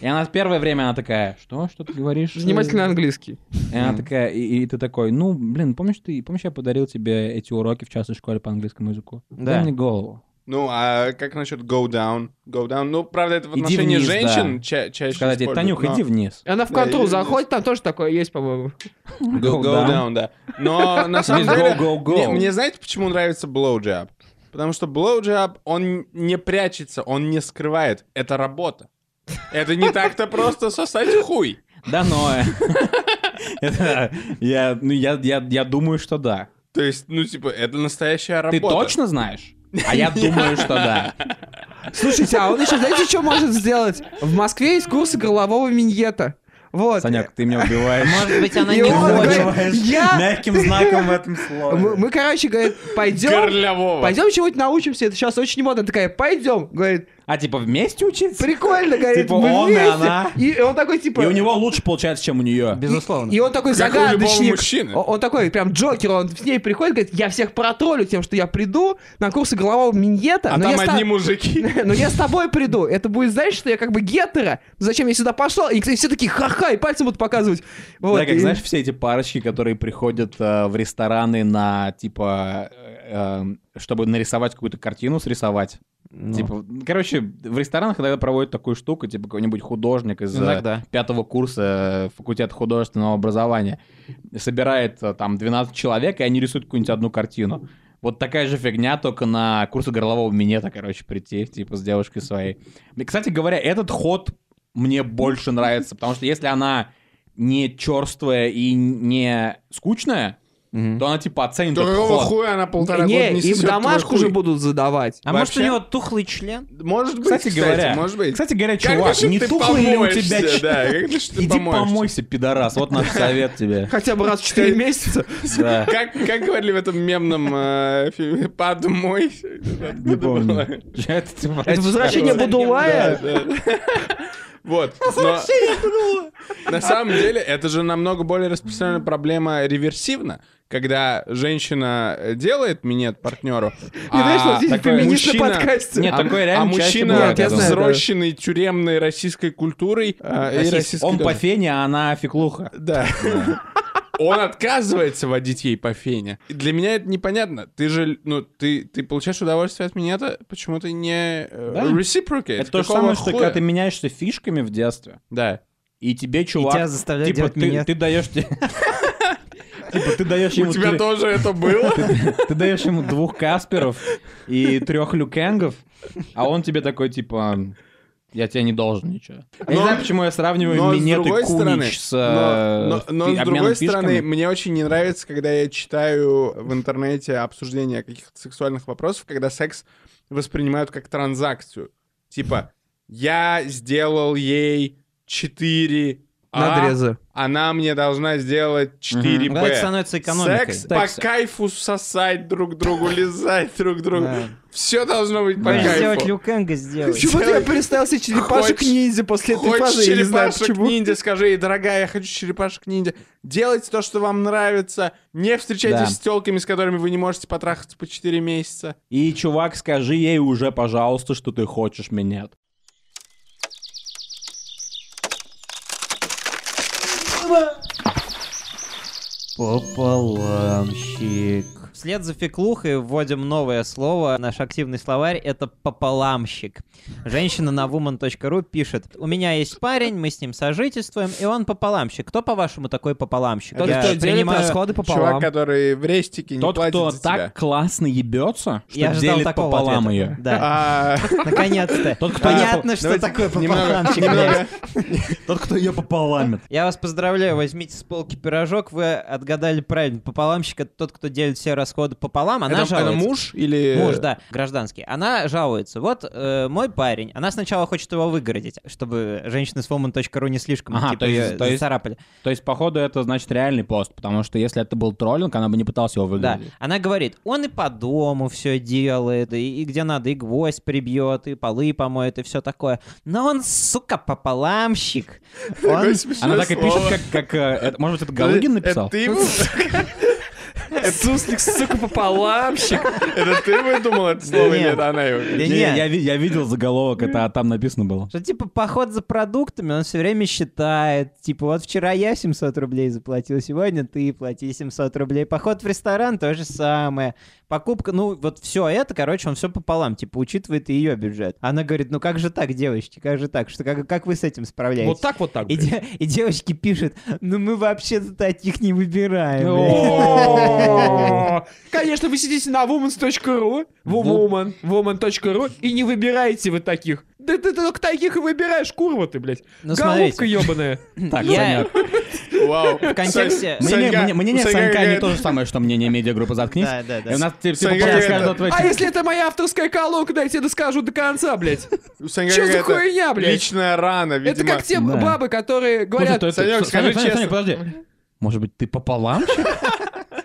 И она первое время, она такая, что, что ты говоришь?
Занимательный английский.
И она такая, и, и ты такой, ну, блин, помнишь ты, помнишь, я подарил тебе эти уроки в частной школе по английскому языку?
Да.
Дай мне голову.
Ну, а как насчет go down? Go down. Ну, правда, это в
Иди
отношении
вниз,
женщин
да.
ча- чаще
Сказать ей,
используют,
Танюх,
но-
иди вниз.
Она в
Да,
контрол
и-
заходит, там тоже такое есть, по-моему.
Go,
Go
go down, да. Но на самом
Здесь
деле,
go, go, go.
Мне, мне знаете, почему нравится blowjob? Потому что blowjob, он не прячется, он не скрывает. Это работа. Это не так-то просто сосать хуй.
Да, но... э, это- Я, ну, я, я, я думаю, что да.
То есть, ну, типа, это настоящая
Ты
работа.
точно знаешь? А я думаю, что да.
Слушайте, а он еще, знаете, что может сделать? В Москве есть курсы горлового миньета. Вот.
Санек, ты меня убиваешь.
Может быть, она
И
не
он
хочет.
говорит, я...
Мягким знаком в этом слове.
Мы, мы, короче, говорит, пойдем,
Горлового.
пойдем чего-нибудь научимся, это сейчас очень модно. Она такая, пойдем, говорит,
А типа вместе учиться?
прикольно, говорит,
Типа
мы
он и
вместе».
она.
И он такой, типа...
И у него лучше получается, чем у нее.
Безусловно.
И он такой
Как у любого
загадочник.
мужчины.
О- Он такой прям Джокер, он с ней приходит, говорит, я всех протроллю тем, что я приду на курсы голового миньета.
ну,
А
но
там
я ста-
одни мужики.
*laughs* Но Ну, я с тобой приду. Это будет значит, что я как бы гетера. Зачем я сюда пошла? И, кстати, все такие ха-ха, и пальцем будут показывать. Вот,
да, как
и-
знаешь, все эти парочки, которые приходят э, в рестораны на типа, э, э, чтобы нарисовать какую-то картину, срисовать.
Ну,
Типа, короче, в ресторанах иногда проводят такую штуку, типа какой-нибудь художник из э,
иногда.
пятого курса э, факультета художественного образования собирает э, там 12 человек, и они рисуют какую-нибудь одну картину. Вот такая же фигня, только на курсы горлового минета, короче, прийти, типа, с девушкой своей. И, кстати говоря, этот ход мне больше нравится, потому что если она не черствая и не скучная,
Мгм.
то она типа
*laughs*
оценит
То
этот
какого
ход.
хуя она полтора года
Не,
не
им
сосёт
домашку
твой
же
хуй?
будут задавать.
А может, у
вообще?
него тухлый член?
Может быть,
Кстати
кстати,
говоря,
может быть.
Кстати говоря,
Как
чувак,
насчет
не
ты
тухлый ли у тебя
помоешься,
ч-
Да, как насчет ты
Иди
помоешься?
помойся, пидорас, вот наш совет
*laughs*
тебе.
Хотя бы раз в *laughs* 4 месяца.
Да.
Как, как говорили в этом мемном э, фильме «Подмойся».
Не помню. Чё Это ты
Это
прочитал?
возвращение Будулая.
Да, да. Вот.
А
но- На самом деле, это же намного более распространенная проблема реверсивно, когда женщина э, делает минет партнеру,
*laughs* Не знаешь, что
а
здесь
такой
феминист на
мужчина-
подкасте.
Нет,
а-
такое
а
реально чаще
мужчина,
бывает, я
знаю, да.
взросленный тюремной российской культурой э, и
Расист.
российской
Он
даже.
по фене, а она фиклуха.
Да. Он отказывается водить ей по фене. И Для меня это непонятно. Ты же, ну, ты, ты получаешь удовольствие от меня, это почему ты не э,
Да.
reciprocate?
Это то же
Какого
самое, что
хуя?
когда ты меняешься фишками в детстве,
Да.
и тебе
И тебя
чувак...
заставляют
Типа
делать
ты,
минет.
ты даешь...
*laughs*
те- Типа ты даешь
У
ему...
тебя
три- *laughs*
тоже это было?
Ты даешь ему двух Касперов и трех Люкенгов, а он тебе такой, типа, я тебе не должен ничего. Я не
Но-
знаю, почему я сравниваю
но с
минеты
другой стороны,
Кунич с э,
но, но- но
фи-
с
обменом
другой
фишками.
стороны, мне очень не нравится, когда я читаю в интернете обсуждения каких-то сексуальных вопросов, когда секс воспринимают как транзакцию. Типа, я сделал ей 4
Надрезы.
она мне должна сделать 4
Да, это
Б.
становится экономикой.
типа, Секс по кайфу сосать друг другу, лизать друг другу.
Да.
Все должно быть по
Хочешь сделать
кайфу.
Люкенга, сделай.
Чё?
Почему ты представил себе черепашек
Хочешь-
ниндзя после этой
Хочешь
фразы? Я не знаю
черепашек
почему.
ниндзя, скажи ей, дорогая, я хочу черепашек ниндзя. Делайте то, что вам нравится. Не встречайтесь
Да.
с телками, с которыми вы не можете потрахаться по 4 месяца.
И, чувак, скажи ей уже, пожалуйста, что ты хочешь меня.
Пополамщик. Вслед за феклухой вводим новое слово. Наш активный словарь — это пополамщик. Женщина на woman.ru пишет. У меня есть парень, мы с ним сожительствуем, и он пополамщик. Кто, по-вашему, такой пополамщик?
Тот,
Я
кто делит
принимаю-
расходы
Чувак,
пополам.
который в рестике не
Тот,
платит
кто
за
так
тебя.
классно ебется, что
Я ждал
делит
такого
пополам
ответа.
ее.
Да,
А,
наконец-то.
Тот, кто
Понятно, что
давайте
такое
немного-
пополамщик.
немного-
блядь.
*laughs* Тот, кто ее пополамит.
Я вас поздравляю, возьмите с полки пирожок, вы отгадали правильно. Пополамщик — это тот, кто делит все расходы пополам, а она
это, это
жалуется.
муж или...
Э,
Муж, да, гражданский. Она жалуется. Вот э, мой парень, она сначала хочет его выгородить, чтобы женщины с woman.ru не слишком
Ага,
типа,
то есть-
её
то есть-
зацарапали.
То есть, походу, это значит реальный пост, потому что если это был троллинг, она бы не пыталась его
Да.
выглядеть.
Она говорит, он и по дому все делает, и, и где надо, и гвоздь прибьет, и полы помоет, и все такое. Но он, сука, пополамщик. Он...
Какое смешное
Она так и пишет,
слово.
как... как э, это- может быть, это Галыгин написал?
Это ты ему-
Суслик, сука, пополамщик.
Это ты выдумал это слово или
Нет.
это она его?
Да
Не,
нет.
я, ви- я видел заголовок, это а там написано было.
Что, типа, поход за продуктами, он все время считает, типа, вот вчера я 700 рублей заплатил, сегодня ты плати 700 рублей. Поход в ресторан то же самое. Покупка, ну, вот все это, короче, он все пополам, типа, учитывает и ее бюджет. Она говорит, ну как же так, девочки, как же так, что как, как вы с этим справляетесь?
Вот так, вот так.
И,
блядь.
де- и девочки пишут, ну мы вообще-то таких не выбираем.
Ну,
блядь».
О, Конечно, вы сидите на womans.ru, woman, woman.ru и не выбираете вы таких. Да ты только таких и выбираешь, курва ты, блядь.
Ну,
Голубка
смотрите, *laughs*
ебаная.
Так,
я,
Санек.
Вау.
в контексте...
Мнение,
Санька-
мнение- мнение
Санька
Санька не
говорит-
то же самое, что мнение медиагруппы «Заткнись».
Да, да, да.
И у нас типа,
Санька
подкаст
говорит,
каждого твоего-
А если это моя авторская колонка, да я тебе доскажу до конца, блядь.
Санька
Чё за
какая-то
хуйня, блядь?
Личная рана, видимо.
Это как те
Да.
бабы, которые
Может,
говорят,
то это-
Санек,
Санек,
скажи
Санек, Санек,
честно.
подожди. Может быть, ты пополам?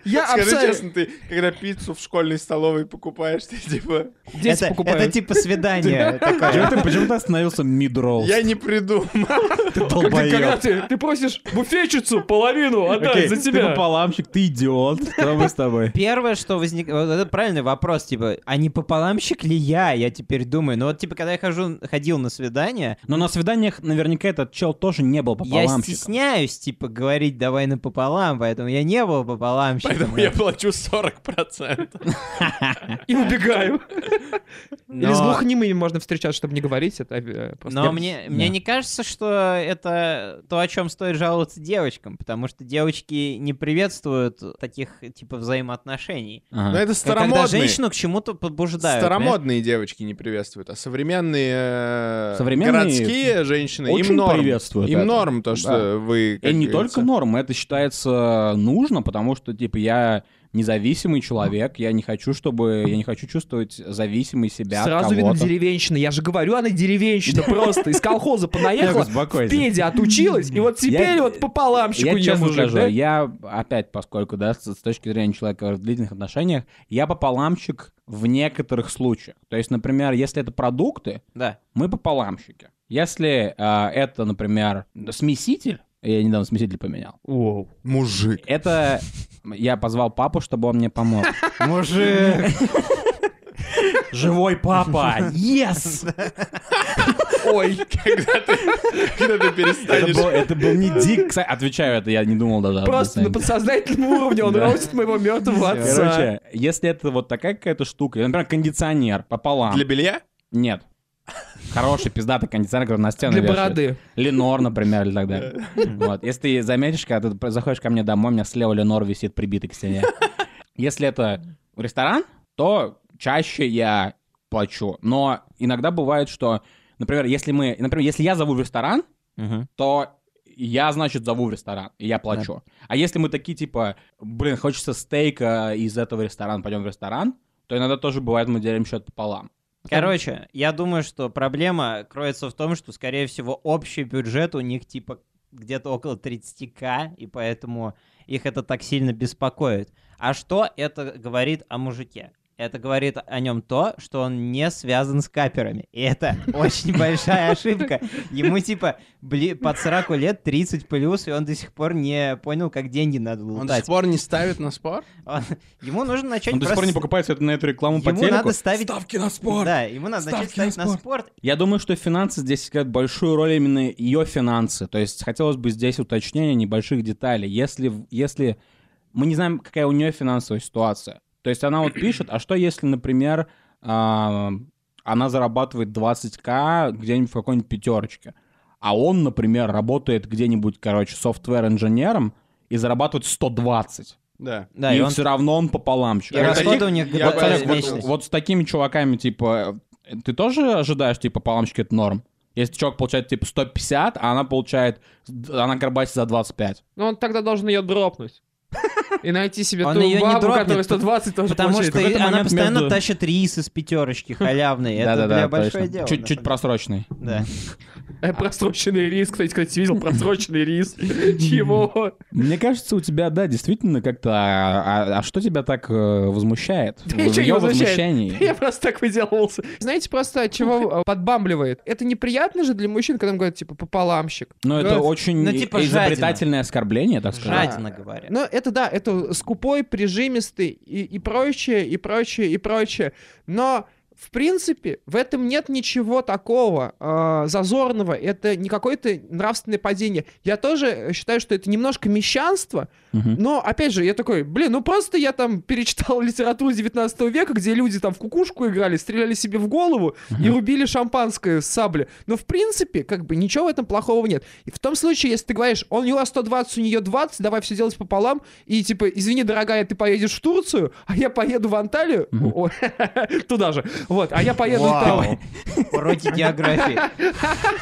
я
Скажи
абсолютно...
честно, ты когда пиццу в школьной столовой покупаешь, ты типа...
Дети
это, это
покупают.
типа
*laughs*
свидание такое.
Почему ты- Почему ты остановился мид-ролл?
Я не придумал.
Ты
Ты, когда
долбоёб.
ты, ты просишь буфетчицу половину отдать
Окей,
за
Ты
тебя.
пополамщик, ты идиот. Что мы с тобой?
Первое, что возникает, это правильный вопрос, типа, а не пополамщик ли я, я теперь думаю. Ну вот, типа, когда я хожу, ходил на свидание,
Но на свиданиях наверняка этот чел тоже не был
я
пополамщиком.
стесняюсь, типа, говорить давай напополам, поэтому я не был пополамщиком.
Поэтому я плачу 40%.
И убегаю. Или с
Но-
глухонемыми можно встречаться, чтобы не говорить. Это э, просто...
Но мне, мне не кажется, что это то, о чем стоит жаловаться девочкам, потому что девочки не приветствуют таких типа взаимоотношений.
А.
Но Ну, это
К- Когда
старомодные.
женщину к чему-то побуждают.
Старомодные девочки не приветствуют, а современные, э,
Современные
городские женщины
очень
им норм.
приветствуют
Им
это.
норм то, что
Да.
вы... как
И Э, не
говорится,
только норм, это считается э, нужно, потому что, типа, я независимый человек, я не хочу, чтобы... Я не хочу чувствовать зависимый себя от
Сразу видно
кого-то.
деревенщина. Я же говорю, она деревенщина
*laughs*
просто. Из колхоза понаехала, в
Успокойся.
педе отучилась, и вот теперь вот пополамщику
Я
ее
честно
мужик,
скажу,
да?
я опять, поскольку, да, с, с точки зрения человека в длительных отношениях, я пополамщик в некоторых случаях. То есть, например, если это продукты,
Да.
мы пополамщики. Если а, это, например, смеситель, я недавно смеситель поменял,
Мужик.
это я позвал папу, чтобы он мне помог.
Мужик.
*laughs* Живой папа! *laughs* Yes!
*laughs*
Ой,
Когда ты
Это
перестанешь...
был, это был не *laughs* Дик, кстати, отвечаю это, я не думал даже. об
просто на
*laughs*
этом.
подсознательном уровне он
Да.
ростит моего мертвого отца.
Короче, если это вот такая какая-то штука, например, кондиционер пополам.
Для белья?
Нет. Хороший пиздатый кондиционер, который на стену
Для
вешают.
бороды.
Ленор, например, или так далее. Вот. Если ты заметишь, когда ты заходишь ко мне домой, у меня слева Ленор висит прибитый к стене. Если это ресторан, то чаще я плачу. Но иногда бывает, что, например, если мы, например, если я зову в ресторан,
Мгм.
то я, значит, зову в ресторан, и я плачу. А если мы такие, типа, блин, хочется стейка из этого ресторана, пойдем в ресторан, то иногда тоже бывает, мы делим счет пополам.
Короче, я думаю, что проблема кроется в том, что, скорее всего, общий бюджет у них типа где-то около 30к, и поэтому их это так сильно беспокоит. А что это говорит о мужике? Это говорит о нем то, что он не связан с каперами. И *laughs* это очень большая ошибка. Ему типа бли- под 40 лет 30 плюс, и он до сих пор не понял, как деньги надо
Он до сих
лутать.
пор не ставит на спор?
Он- Ему нужно начать
Он до сих пор не
просто-
покупает всю эту- на эту рекламу по
Ему надо
телеку.
ставить... Ставки на спорт! Да, ему надо начать
Ставки на
ставить на спорт,
Я думаю, что финансы здесь играют большую роль именно ее финансы. То есть хотелось бы здесь уточнения небольших деталей. Если, в- если мы не знаем, какая у нее финансовая ситуация. То есть она
*clears throat*
вот пишет, а что если, например, а, она зарабатывает 20к где-нибудь в какой-нибудь пятерочке, а он, например, работает где-нибудь, короче, софтвер-инженером и зарабатывает 120.
Да.
Да,
и
и он...
все равно он пополамщик.
И
Это
расходы
таких-
у них
я
вот,
бы-
готовы
Олег,
в
вот-
вечность.
вот с такими чуваками, типа, э, ты тоже ожидаешь, типа, поламщик это норм? Если чувак получает, типа, 150, а она получает, она карбасит за 25.
Но Ну, он тогда должен ее дропнуть. И найти себе
Он
ту
её не
бабу,
дропнет,
которая 120
Ну,
тоже
Потому
получает.
что
какой-то
она
момент
постоянно
между- Хм.
тащит рис из пятерочки халявный. Это, бля, большое
точно.
дело.
Чуть-
на
Чуть просроченный.
самом деле. Да.
Э, Просроченный рис. Кстати,
*laughs*
кстати, видел просроченный рис. Чего?
Мне кажется, у тебя, да, действительно как-то... А, а- а что тебя так
*laughs*
э, возмущает?
Да
В
ничего не
её
возмущает.
возмущении.
Я просто так выделывался. Знаете, просто от чего э, подбамбливает. Это неприятно же для мужчин, когда им говорят, типа, пополамщик.
Но это
Да.
очень
Ну, типа,
и- изобретательное оскорбление, так сказать.
Жадина говоря. *laughs*
Но Ну, это да, это скупой, прижимистый и, и прочее, и прочее, и прочее. Но в принципе, в этом нет ничего такого э, зазорного. Это не какое-то нравственное падение. Я тоже э, считаю, что это немножко мещанство,
Мгм.
но, опять же, я такой, блин, ну просто я там перечитал литературу 19 века, где люди там в кукушку играли, стреляли себе в голову и рубили шампанское с сабли. Но, в принципе, как бы ничего в этом плохого нет. И в том случае, если ты говоришь, он у него 120, у нее 20, давай все делать пополам, и типа, извини, дорогая, ты поедешь в Турцию, а я поеду в Анталию, О, *laughs* туда же, вот, а я поеду в Италию.
Вау. Уроки
*laughs*
географии.
*laughs*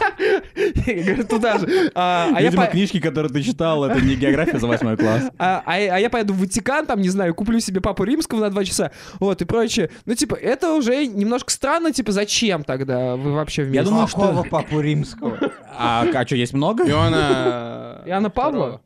Я говорю, туда же. А а я
Видимо,
по-
книжки, которые ты читал, это не география за восьмой класс.
А, а- а я поеду в Ватикан, там, не знаю, куплю себе папу римского на два часа, вот, и прочее. Ну, типа, это уже немножко странно, типа, зачем тогда вы вообще вместе?
думаю, что-
Какого папу римского?
А, а что, есть *laughs* много?
Иона...
Иоанна Павла?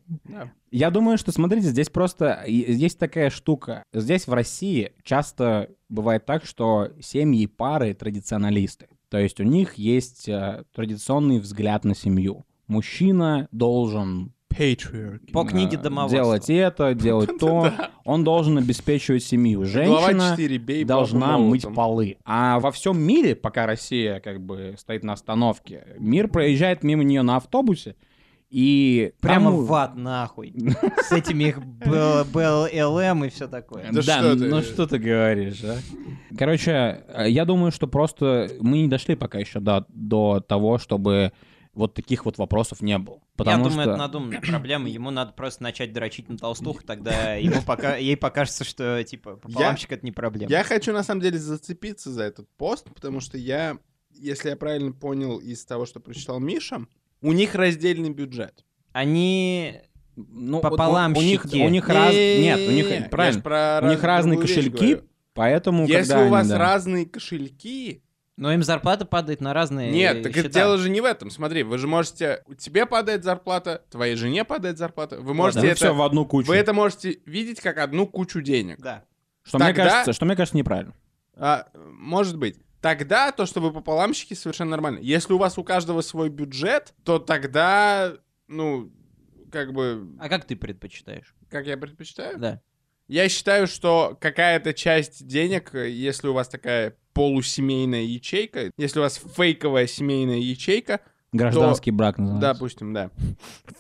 Я думаю, что, смотрите, здесь просто е- есть такая штука. Здесь в России часто бывает так, что семьи и пары традиционалисты. То есть у них есть э, традиционный взгляд на семью. Мужчина должен
Патриархи.
По
э,
книге домоводства.
делать
*laughs*
это, делать
*laughs*
то. Он должен обеспечивать семью.
Глава
Женщина
4. Бей
должна
бабу молотом.
мыть полы. А во всем мире, пока Россия как бы стоит на остановке, мир проезжает мимо нее на автобусе, И
Прямо
тому-
в ад
*laughs*
нахуй. С этими их БЛМ и все такое.
Да
Да,
что ты.
ну что ты говоришь, а? Короче, э, я думаю, что просто мы не дошли пока еще до, до того, чтобы вот таких вот вопросов не было.
Я
Потому
думаю,
что...
это надуманная проблема. Ему надо просто начать дрочить на толстуху, тогда ему пока, ей покажется, что типа пополамщик это не проблема.
Я хочу на самом деле зацепиться за этот пост, потому что я, если я правильно понял из того, что прочитал Миша, у них раздельный бюджет.
Они
Ну, вот У, у них,
Пополамщики.
у них раз... Нет, у
Не-не-не, Э, я
них...
ж
Правильно.
про
У них
раз-
разные
другую вещь
кошельки,
говорю.
поэтому...
Если
Ну, когда
у
они,
вас
да.
разные кошельки,
Но им зарплата падает на разные
Нет, так это
счета.
дело же не в этом. Смотри, вы же можете... у Тебе падает зарплата, твоей жене падает зарплата. Вы можете
Вы
это...
все ну в одну кучу.
Вы это можете видеть как одну кучу денег.
Да.
Что, мне
Тогда-
кажется, что мне кажется неправильно.
А, может быть. Тогда то, что вы пополамщики, совершенно нормально. Если у вас у каждого свой бюджет, то тогда, ну, как бы,
А как ты предпочитаешь?
как я
Э,
предпочитаю.
Да.
Я считаю, что какая-то часть денег, э, если у вас такая полусемейная ячейка, если у вас фейковая семейная ячейка,
Гражданский брак называется.
допустим, да,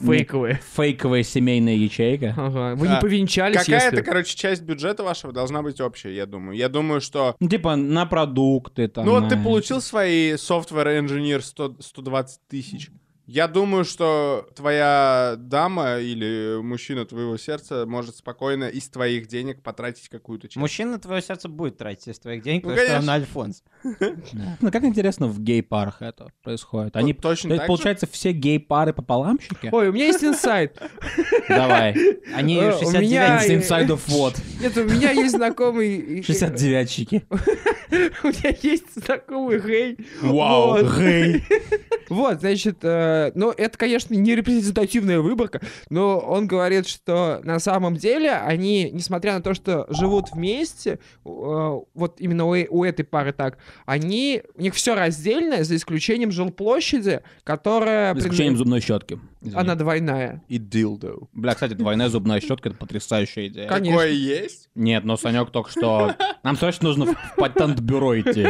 Фейковые.
Фейковая семейная ячейка.
Ага. Вы
Да.
не повенчались,
Какая-то,
если...
короче, часть бюджета вашего должна быть общая, я думаю. Я думаю, что...
Ну, типа на продукты там.
ну, вот ты
на-
получил свои software engineer 100, 120 тысяч. Я думаю, что твоя дама или мужчина твоего сердца может спокойно из твоих денег потратить какую-то часть.
Мужчина твое сердце будет тратить из твоих денег,
Ну,
потому что он
конечно.
Альфонс.
Да. Ну, как интересно в гей-парах это происходит.
Т-
Они... То
точно
есть,
так же?
получается, все гей-пары пополамщики?
Ой, у меня есть инсайт.
Давай.
Они
Э, у
69
меня-
Из инсайдов вот.
Нет, у меня есть знакомый... *laughs*
69-щики.
У меня есть знакомый гей.
Вау,
Вот.
гей.
Вот, значит, э, ну, это, конечно, не репрезентативная выборка, но он говорит, что на самом деле они, несмотря на то, что живут вместе, э, вот именно у, э- у этой пары так, они, у них все раздельное, за исключением жилплощади, которая...
За исключением
прин-
зубной щетки. Извини.
Она двойная.
И дилдо.
Бля, кстати, двойная зубная щетка это потрясающая идея.
Как-
Такое есть?
Нет, но Санек только
*laughs*
что. Нам срочно нужно в- в патент-бюро идти.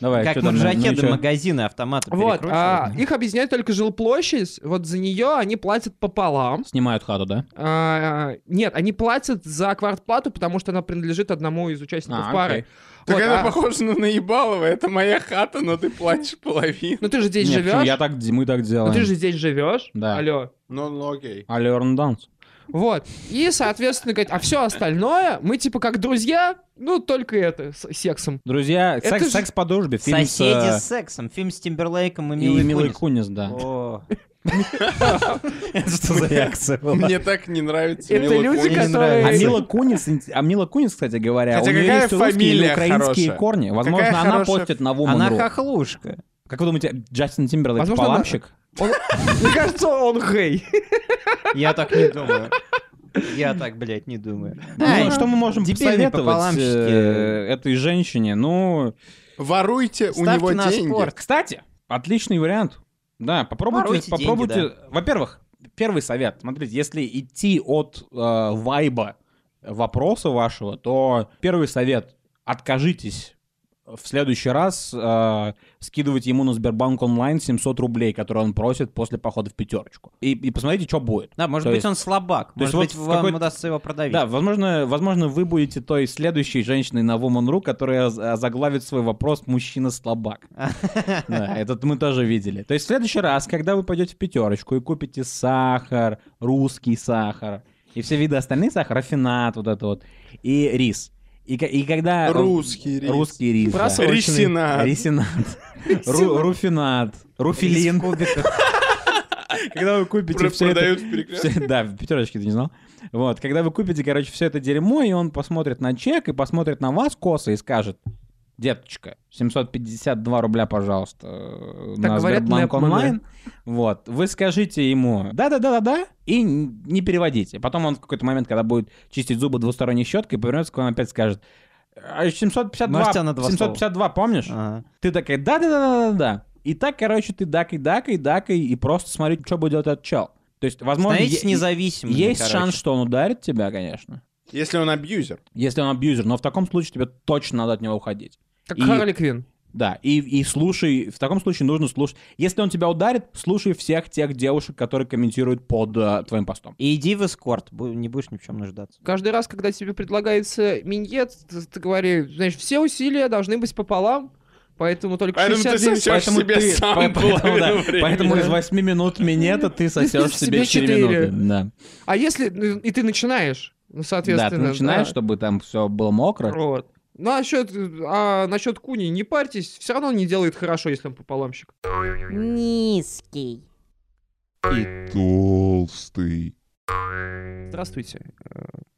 Давай,
Как
чё
в
там, ну,
ржаке
ну,
до
чё?
магазина автомата
Вот, а,
перекручивают.
их объединяет только жилплощадь, вот за нее они платят пополам.
Снимают хату, да?
А, нет, они платят за квартплату, потому что она принадлежит одному из участников
А,
пары.
окей.
Так
Вот,
это
а-
похоже на наебалово. Это моя хата, но ты платишь половину.
Ну ты же здесь
Не, почему?
живешь.
Я так, мы так
Ну ты
делаем.
же здесь живешь.
Да.
Алло.
Ну, ну, окей.
Алерн А Данс.
Вот. И, соответственно, говорит, а все остальное, мы типа как друзья, ну только это, с сексом.
Друзья,
Это
секс,
же-
секс по дружбе. Фильм с,
Соседи
э,
с сексом. Фильм с Тимберлейком и
и
Милой
Милой
Кунис.
Кунис, да.
О,
*laughs* Это что за реакция была?
Мне так не нравится.
Это
Мила
люди,
Кунис.
не
которые...
А Мила Кунис, ин- а Мила Кунис, кстати говоря,
Хотя
у нее
какая
есть русские или
фамилия
украинские
хорошая?
корни. Возможно,
Какая
она
хорошая-
постит на
она
Woman.ru.
хохлушка.
Как вы думаете, Джастин Тимберлейк
Возможно, она-
поламщик?
Мне кажется, он гей.
Я так не думаю. Я так, блядь, не думаю.
Ну, что мы можем
дебильные
посоветовать
пополамщики.
э, этой женщине? Ну,
Воруйте у
Ставьте
него
на
деньги.
спорт.
Кстати, отличный вариант. Да, попробуйте,
Воруйте деньги,
попробуйте. Во-первых, первый совет. Смотрите, если идти от э, вайба вопроса вашего, то первый совет: откажитесь в следующий раз э, скидывать ему на Сбербанк онлайн 700 рублей, которые он просит после похода в пятерочку. И, и посмотрите, что будет.
Да, может
То
быть,
есть-
он слабак.
то
Может
есть вот
быть,
в
вам
какой-то-
удастся его продавить.
Да, возможно, возможно, вы будете той следующей женщиной на Woman.ru, которая з- а, заглавит свой вопрос «Мужчина слабак». *laughs* Да, этот мы тоже видели. То есть в следующий раз, когда вы пойдете в пятерочку и купите сахар, русский сахар, и все виды остальных сахар, рафинат вот это вот, и рис. И, ко- и когда... э,
Русский рис.
Русский рис, да.
Бросок.
Рисина.
Рисинат. Ру- Руфинат. Руфилин. *laughs* Когда вы купите
Про-
все это...
Продают в перекрестке.
Все- да, в пятерочке ты не знал. Вот, когда вы купите, короче, все это дерьмо, и он посмотрит на чек, и посмотрит на вас косо и скажет, деточка, 752 рубля, пожалуйста, э,
Так
на
говорят
Сбербанк
Нэпманы.
онлайн. Вот, вы скажите ему «да-да-да-да-да» и н- не переводите. Потом он в какой-то момент, когда будет чистить зубы двусторонней щеткой, повернется к вам и опять скажет «А 752,
Можете на два слова?
752 помнишь?
Ага.
Ты такая, да-да-да-да-да. И так, короче, ты дакай, дакай, дакай, и просто смотри, что будет этот чел. То есть, возможно,
Становитесь
е-
независимыми,
есть
короче.
шанс, что он ударит тебя, конечно.
Если он абьюзер.
Если он абьюзер, но в таком случае тебе точно надо от него уходить.
Как
И-
Харли Квин.
Да, и, и слушай, в таком случае нужно слушать. Если он тебя ударит, слушай всех тех девушек, которые комментируют под э, твоим постом.
И иди в эскорт, бу- не будешь ни в чем нуждаться.
Каждый раз, когда тебе предлагается миньет, ты, ты говоришь, знаешь, все усилия должны быть пополам, поэтому только
Поэтому ты
69
сосёшь себе сам
по- поэтому, да,
половину времени.
поэтому из 8 минут минета ты сосешь себе
Себе
4
четыре.
минуты. Да.
А если... ну, И ты начинаешь, ну,
да, ты
соответственно.
начинаешь,
да.
чтобы там все было мокро.
Вот. Ну, а насчет, а насчет Куни, не парьтесь, все равно он не делает хорошо, если он пополамщик.
Низкий.
толстый.
Здравствуйте.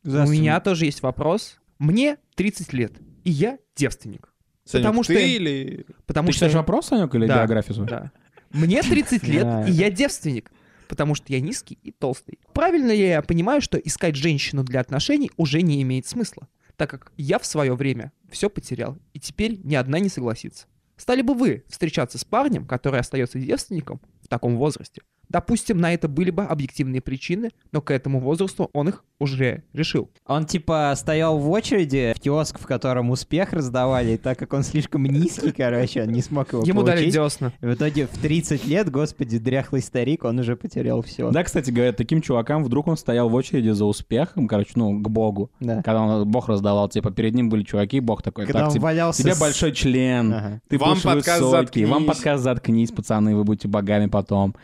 У меня тоже есть вопрос. Мне 30 лет, и я девственник.
Санек,
Потому что-
ты или...
Потому
Ты
что...
считаешь вопрос, Санек, или
Да.
биографию свою?
*laughs* Да. Мне 30 лет, и я девственник. Потому что я низкий и толстый. Правильно ли я понимаю, что искать женщину для отношений уже не имеет смысла, так как я в свое время все потерял, и теперь ни одна не согласится. Стали бы вы встречаться с парнем, который остается девственником в таком возрасте? Допустим, на это были бы объективные причины, но к этому возрасту он их уже решил.
Он типа стоял в очереди в киоск, в котором успех раздавали, и так как он слишком низкий, короче, он не смог его
Ему дали
получить.
десна.
В итоге в 30 лет, господи, дряхлый старик, он уже потерял все.
Да, кстати, говорят, таким чувакам вдруг он стоял в очереди за успехом, короче, ну, к богу.
Да.
Когда он, бог раздавал, типа, перед ним были чуваки, бог такой,
Когда
так,
он
типа,
валялся...
тебе
с-
большой член,
Ага.
ты
Вам
будешь
подкаст
высокий, вам
«Заткнись».
подкаст заткнись, пацаны, вы будете богами потом.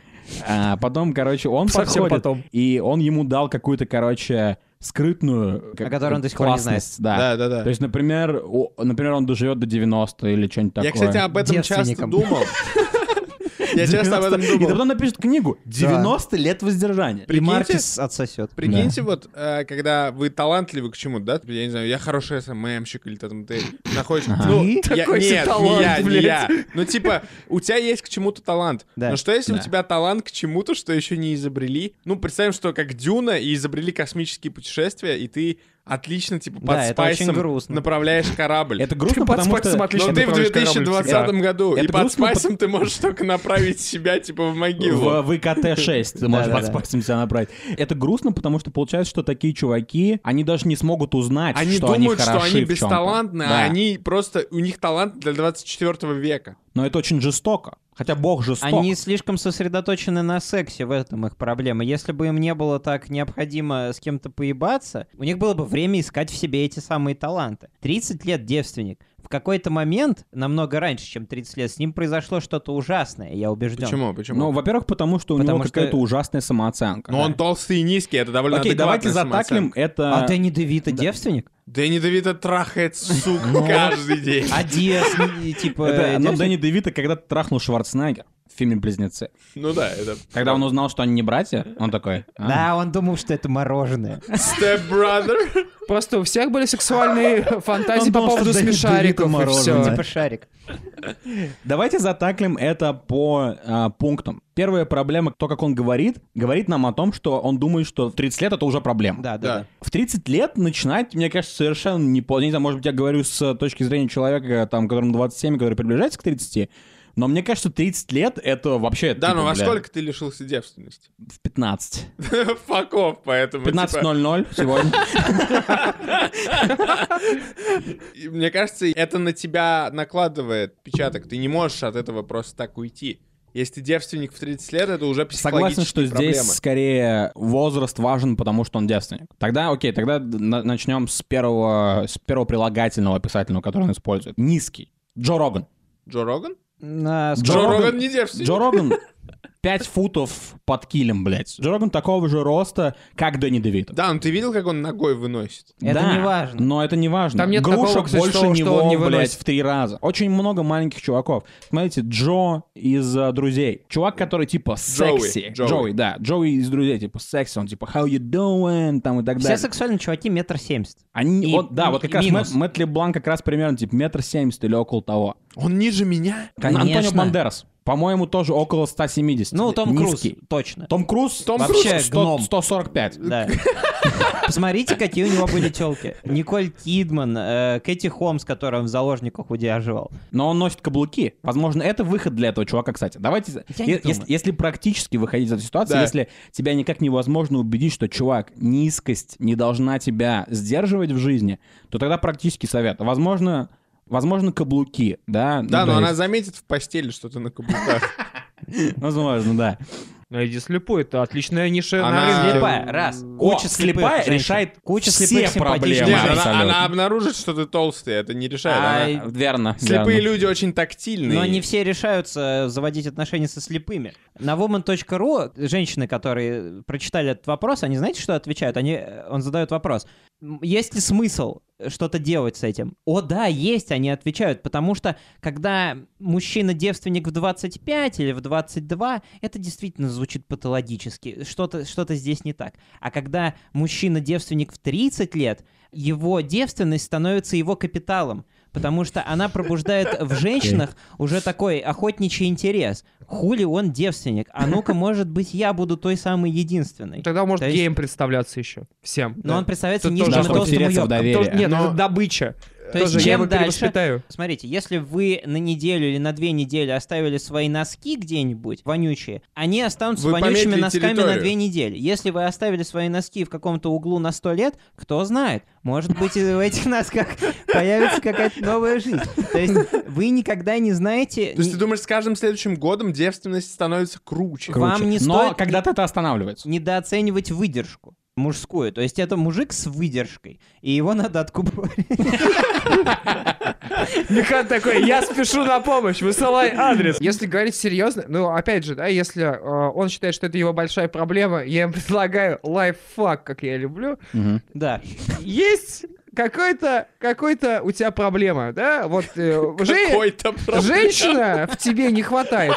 А потом, короче, он
Совсем
подходит,
потом.
и он ему дал какую-то, короче, скрытную... как-
которой он до сих пор не
классность, Да.
Да, да, да.
То есть, например, у- например, он доживет до 90 или что-нибудь такое.
Я, кстати, об этом часто
Девственником.
думал.
*laughs*
Я часто об этом
90. И
думал.
потом напишет книгу «90 лет воздержания».
И
Прикиньте,
Маркис отсосет.
Прикиньте, вот, э, когда вы талантливы к чему-то, да, я не знаю, я хороший СММщик или там ты находишь... Ну, я-
Такой себе
нет, не
талант,
я, не
блядь.
я. Ну, типа, у тебя есть к чему-то талант.
Да.
Но что если у
Да.
тебя талант к чему-то, что еще не изобрели? Ну, представим, что как Дюна и изобрели космические путешествия, и ты отлично, типа, под
Да, это очень
спайсом
грустно.
направляешь корабль.
Это грустно,
под
потому
спайсом
что...
отлично
Но ты в
направляешь корабль.
2020 году, и
Это
под
грустно,
спайсом ты можешь только направить себя, типа, в могилу.
В ВКТ-6 ты можешь под
Да-да-да.
спайсом себя направить. Это грустно, потому что получается, что такие чуваки, они даже не смогут узнать,
Они
что
думают,
они
что
хороши
они
в чём-то.
бесталантны,
Да.
а они просто... У них талант для 24 века.
Но это очень жестоко. Хотя бог жесток.
Они слишком сосредоточены на сексе, в этом их проблема. Если бы им не было так необходимо с кем-то поебаться, у них было бы время искать в себе эти самые таланты. 30 лет девственник. В какой-то момент, намного раньше, чем 30 лет, с ним произошло что-то ужасное, я убежден.
Почему?
Ну,
Почему?
во-первых, потому что у
Потому
него
что-
какая-то ужасная самооценка.
Но Ну, он толстый и низкий, это довольно
Окей, давайте
адекватная
затаклим
самооценка.
это...
А Дэнни Девита девственник?
Дэнни Давида трахает,
Ну,
сука, каждый день.
А Диас, и, типа...
Это, э, но
девственник?
Дэнни Девита когда-то трахнул Шварценеггер в фильме «Близнецы».
Ну да, это...
Когда он узнал, что они не братья, он такой... «А,
Да, он думал, что это мороженое.
Step brother.
Просто у всех были сексуальные
*laughs*
фантазии
Он
по
думал, что
поводу
Дэнни Девито
смешариков и
мороженое.
все.
Типа шарик.
*laughs* Давайте затаклим это по а, пунктам. Первая проблема, то, как он говорит, говорит нам о том, что он думает, что в 30 лет это уже проблема.
Да, да,
Да.
да.
В 30 лет начинать, мне кажется, совершенно не поздно. Я Не знаю, может быть, я говорю с э, точки зрения человека, там, которому 27, который приближается к 30, но мне кажется, 30 лет это вообще...
Да,
типа,
ну во
бля,
сколько Ну, ты лишился девственности? *laughs*
В 15.
Факов, поэтому...
15.00 сегодня.
типа, и Мне кажется, это на тебя накладывает печаток. Ты не можешь от этого просто так уйти. Если ты девственник в 30 лет, это уже
Согласен,
психологические
что здесь
проблемы.
скорее возраст важен, потому что он девственник. Тогда, окей, тогда на- начнем с первого, с первого прилагательного описательного, который он использует. Низкий. Джо Роган.
Джо Роган?
На
Джо
Джо
Роган-
Роган не девственник.
Джо Роган
*laughs*
5 футов под килем, блядь. Джо Роган такого же роста, как Дэнни Девито.
Да, ну ты видел, как он ногой выносит?
Это
Да,
не важно.
Но это не важно.
Там нет
Грушек
такого, кстати,
больше
что- что
него,
он не
блядь,
выносит.
в три раза. Очень много маленьких чуваков. Смотрите, Джо из э, «Друзей». Чувак, который типа
Джоуи,
секси.
Джоуи.
да. Джоуи из «Друзей», типа секси. Он типа «How you doing?» там и так
Все
далее.
сексуальные чуваки метр семьдесят.
Они,
И
вот, да,
ми-
вот как раз
минус.
Мэтт, Мэтт Леблан как раз примерно типа метр семьдесят или около того.
Он ниже меня?
Антонио Бандерас, по-моему, тоже около 170.
Ну, Том Круз,
Низкий.
точно.
Том Круз
Том
вообще
Круз
100
гном.
145.
Да. *laughs* Посмотрите, какие у него были телки. Николь Кидман, э, Кэти Холмс, которую он в заложниках удерживал.
Но он носит каблуки. Возможно, это выход для этого чувака, кстати. Давайте,
Я не
е- если,
думаю.
если практически выходить из этой ситуации,
Да.
если тебя никак невозможно убедить, что, чувак, низкость не должна тебя сдерживать в жизни, то тогда практический совет. Возможно, Возможно, каблуки, да? ну,
Да,
то
но она
есть-
заметит в постели, что ты на каблуках.
Возможно, да.
Ну, иди слепой, это отличная ниша.
Она-
на рынке.
Слепая, раз.
О,
Куча
слепая
слепых женщин.
решает
Куча
все
слепых симпатичных
проблемы
Нет,
женщин.
она-
абсолютно.
она обнаружит, что ты толстый, это не решает.
А,
она-
и-
Верно.
Слепые
верно.
люди очень тактильные.
Но не все решаются заводить отношения со слепыми. На woman.ru женщины, которые прочитали этот вопрос, они знаете, что отвечают? Они, он задает вопрос. «М, Есть ли смысл что-то делать с этим? О, да, есть, они отвечают. Потому что, когда мужчина-девственник в 25 или в 22, это действительно звучит патологически. Что-то что здесь не так. А когда мужчина-девственник в 30 лет, его девственность становится его капиталом. Потому что она пробуждает в женщинах уже такой охотничий интерес. Хули он девственник? А ну-ка, может быть, я буду той самой единственной.
Тогда может
То есть-
геем представляться еще. Всем.
Но он представляется
Тут
нижним и
тоже
Чтобы
толстым
втереться в
уёбком.
доверие.
Тоже- Нет,
Но-
это добыча.
То есть
Тоже я его
чем дальше,
*laughs* перевоспитаю.
Смотрите, если вы на неделю или на две недели оставили свои носки где-нибудь вонючие, они останутся
Вы
вонючими
пометили
носками на
территорию.
две недели. Если вы оставили свои носки в каком-то углу на сто лет, кто знает, может быть, и в этих носках появится какая-то новая жизнь. То есть вы никогда не знаете...
То есть
ни-
ты думаешь, с каждым следующим годом девственность становится круче?
Кру- Вам не
Но
стоит-
когда-то это останавливается.
недооценивать выдержку мужскую. То есть это мужик с выдержкой, и его надо откупорить.
Михан такой, я спешу на помощь, высылай адрес. Если говорить серьезно, ну, опять же, да, если э, он считает, что это его большая проблема, я им *laughs* предлагаю лайфхак, как я люблю.
Мгм.
Да.
Есть какой-то, какой-то у тебя проблема, да? Вот э, же-
Какой-то проблем.
женщина в тебе не хватает.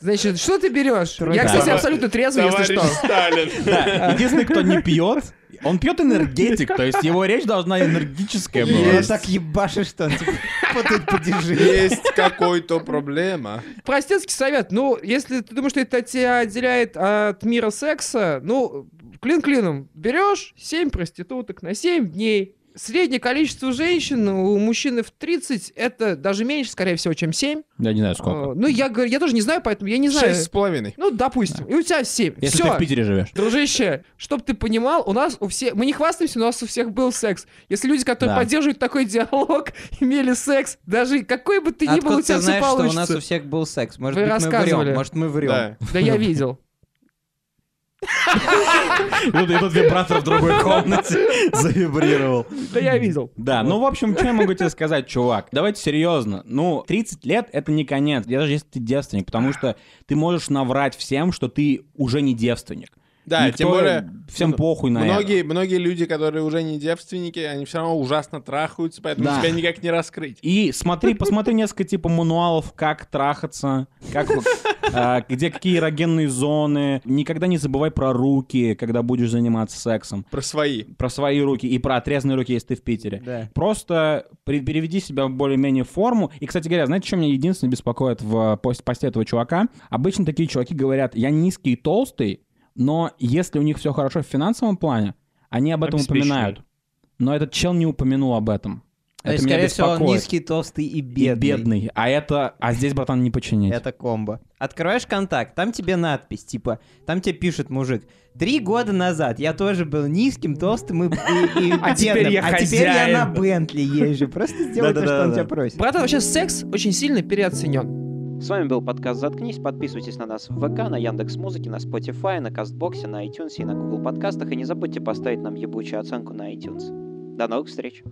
Значит, что ты берешь?
Да.
Я, кстати, абсолютно трезвый, если
Товарищ
что.
Сталин.
Да, единственный, кто не пьет, он пьет энергетик, то есть его речь должна энергическая
Его
была.
так ебашишь, что он типа, «Вот тут подержи.
Есть какой-то проблема.
Простецкий совет. Ну, если ты думаешь, что это тебя отделяет от мира секса, ну, клин клином берешь 7 проституток на 7 дней. Среднее количество женщин у мужчины в 30 это даже меньше, скорее всего, чем 7.
Я не знаю, сколько.
Ну, я, говорю, я тоже не знаю, поэтому я не знаю.
Шесть с половиной.
Ну, допустим. И у тебя 7.
Если
Все.
ты в Питере живешь.
Дружище, чтоб ты понимал, у нас у всех, мы не хвастаемся, но у нас у всех был секс. Если люди, которые
Да.
поддерживают такой диалог, *laughs* имели секс, даже какой бы ты ни был, у
Откуда
тебя
ты
все
знаешь, что у нас
получится.
у всех был секс? Может
Вы
быть, мы
рассказывали.
врем. Может, мы врем.
Да.
Да я видел.
И тут, и тут вибратор в *laughs* другой комнате завибрировал.
Да я видел.
Да, ну, в общем, что я могу тебе сказать, чувак? Давайте серьезно. Ну, 30 лет — это не конец, даже если ты девственник, потому что ты можешь наврать всем, что ты уже не девственник.
Да,
Никто-
тем более...
Всем похуй на это.
Многие, многие люди, которые уже не девственники, они все равно ужасно трахаются, поэтому
Да.
тебя никак не раскрыть.
И смотри, посмотри несколько типа мануалов, как трахаться, как, вот, а, где какие эрогенные зоны. Никогда не забывай про руки, когда будешь заниматься сексом.
Про свои.
Про свои руки и про отрезанные руки, если ты в Питере. Просто при- переведи себя в более-менее форму. И, кстати говоря, знаете, что меня единственное беспокоит в пост- посте этого чувака? Обычно такие чуваки говорят, я низкий и толстый, но если у них все хорошо в финансовом плане, они об этом
Обеспеченные.
упоминают. Но этот чел не упомянул об этом.
То
Это
есть,
меня
скорее всего, он
беспокоит.
низкий, толстый и
И
бедный.
бедный. А это... А здесь, братан, не починить.
Это комбо. Открываешь контакт, там тебе надпись, типа, там тебе пишет мужик, три года назад я тоже был низким, толстым и, и- и
*laughs* А теперь
бедным,
я
а теперь я на
хозяин».
Бентли езжу. Просто сделай то, что он тебя просит.
Братан, вообще секс очень сильно переоценен.
С вами был подкаст «Заткнись». Подписывайтесь на нас в ВК, на Яндекс Музыке, на Spotify, на Кастбоксе, на iTunes и на Google подкастах. И не забудьте поставить нам ебучую оценку на iTunes. До новых встреч!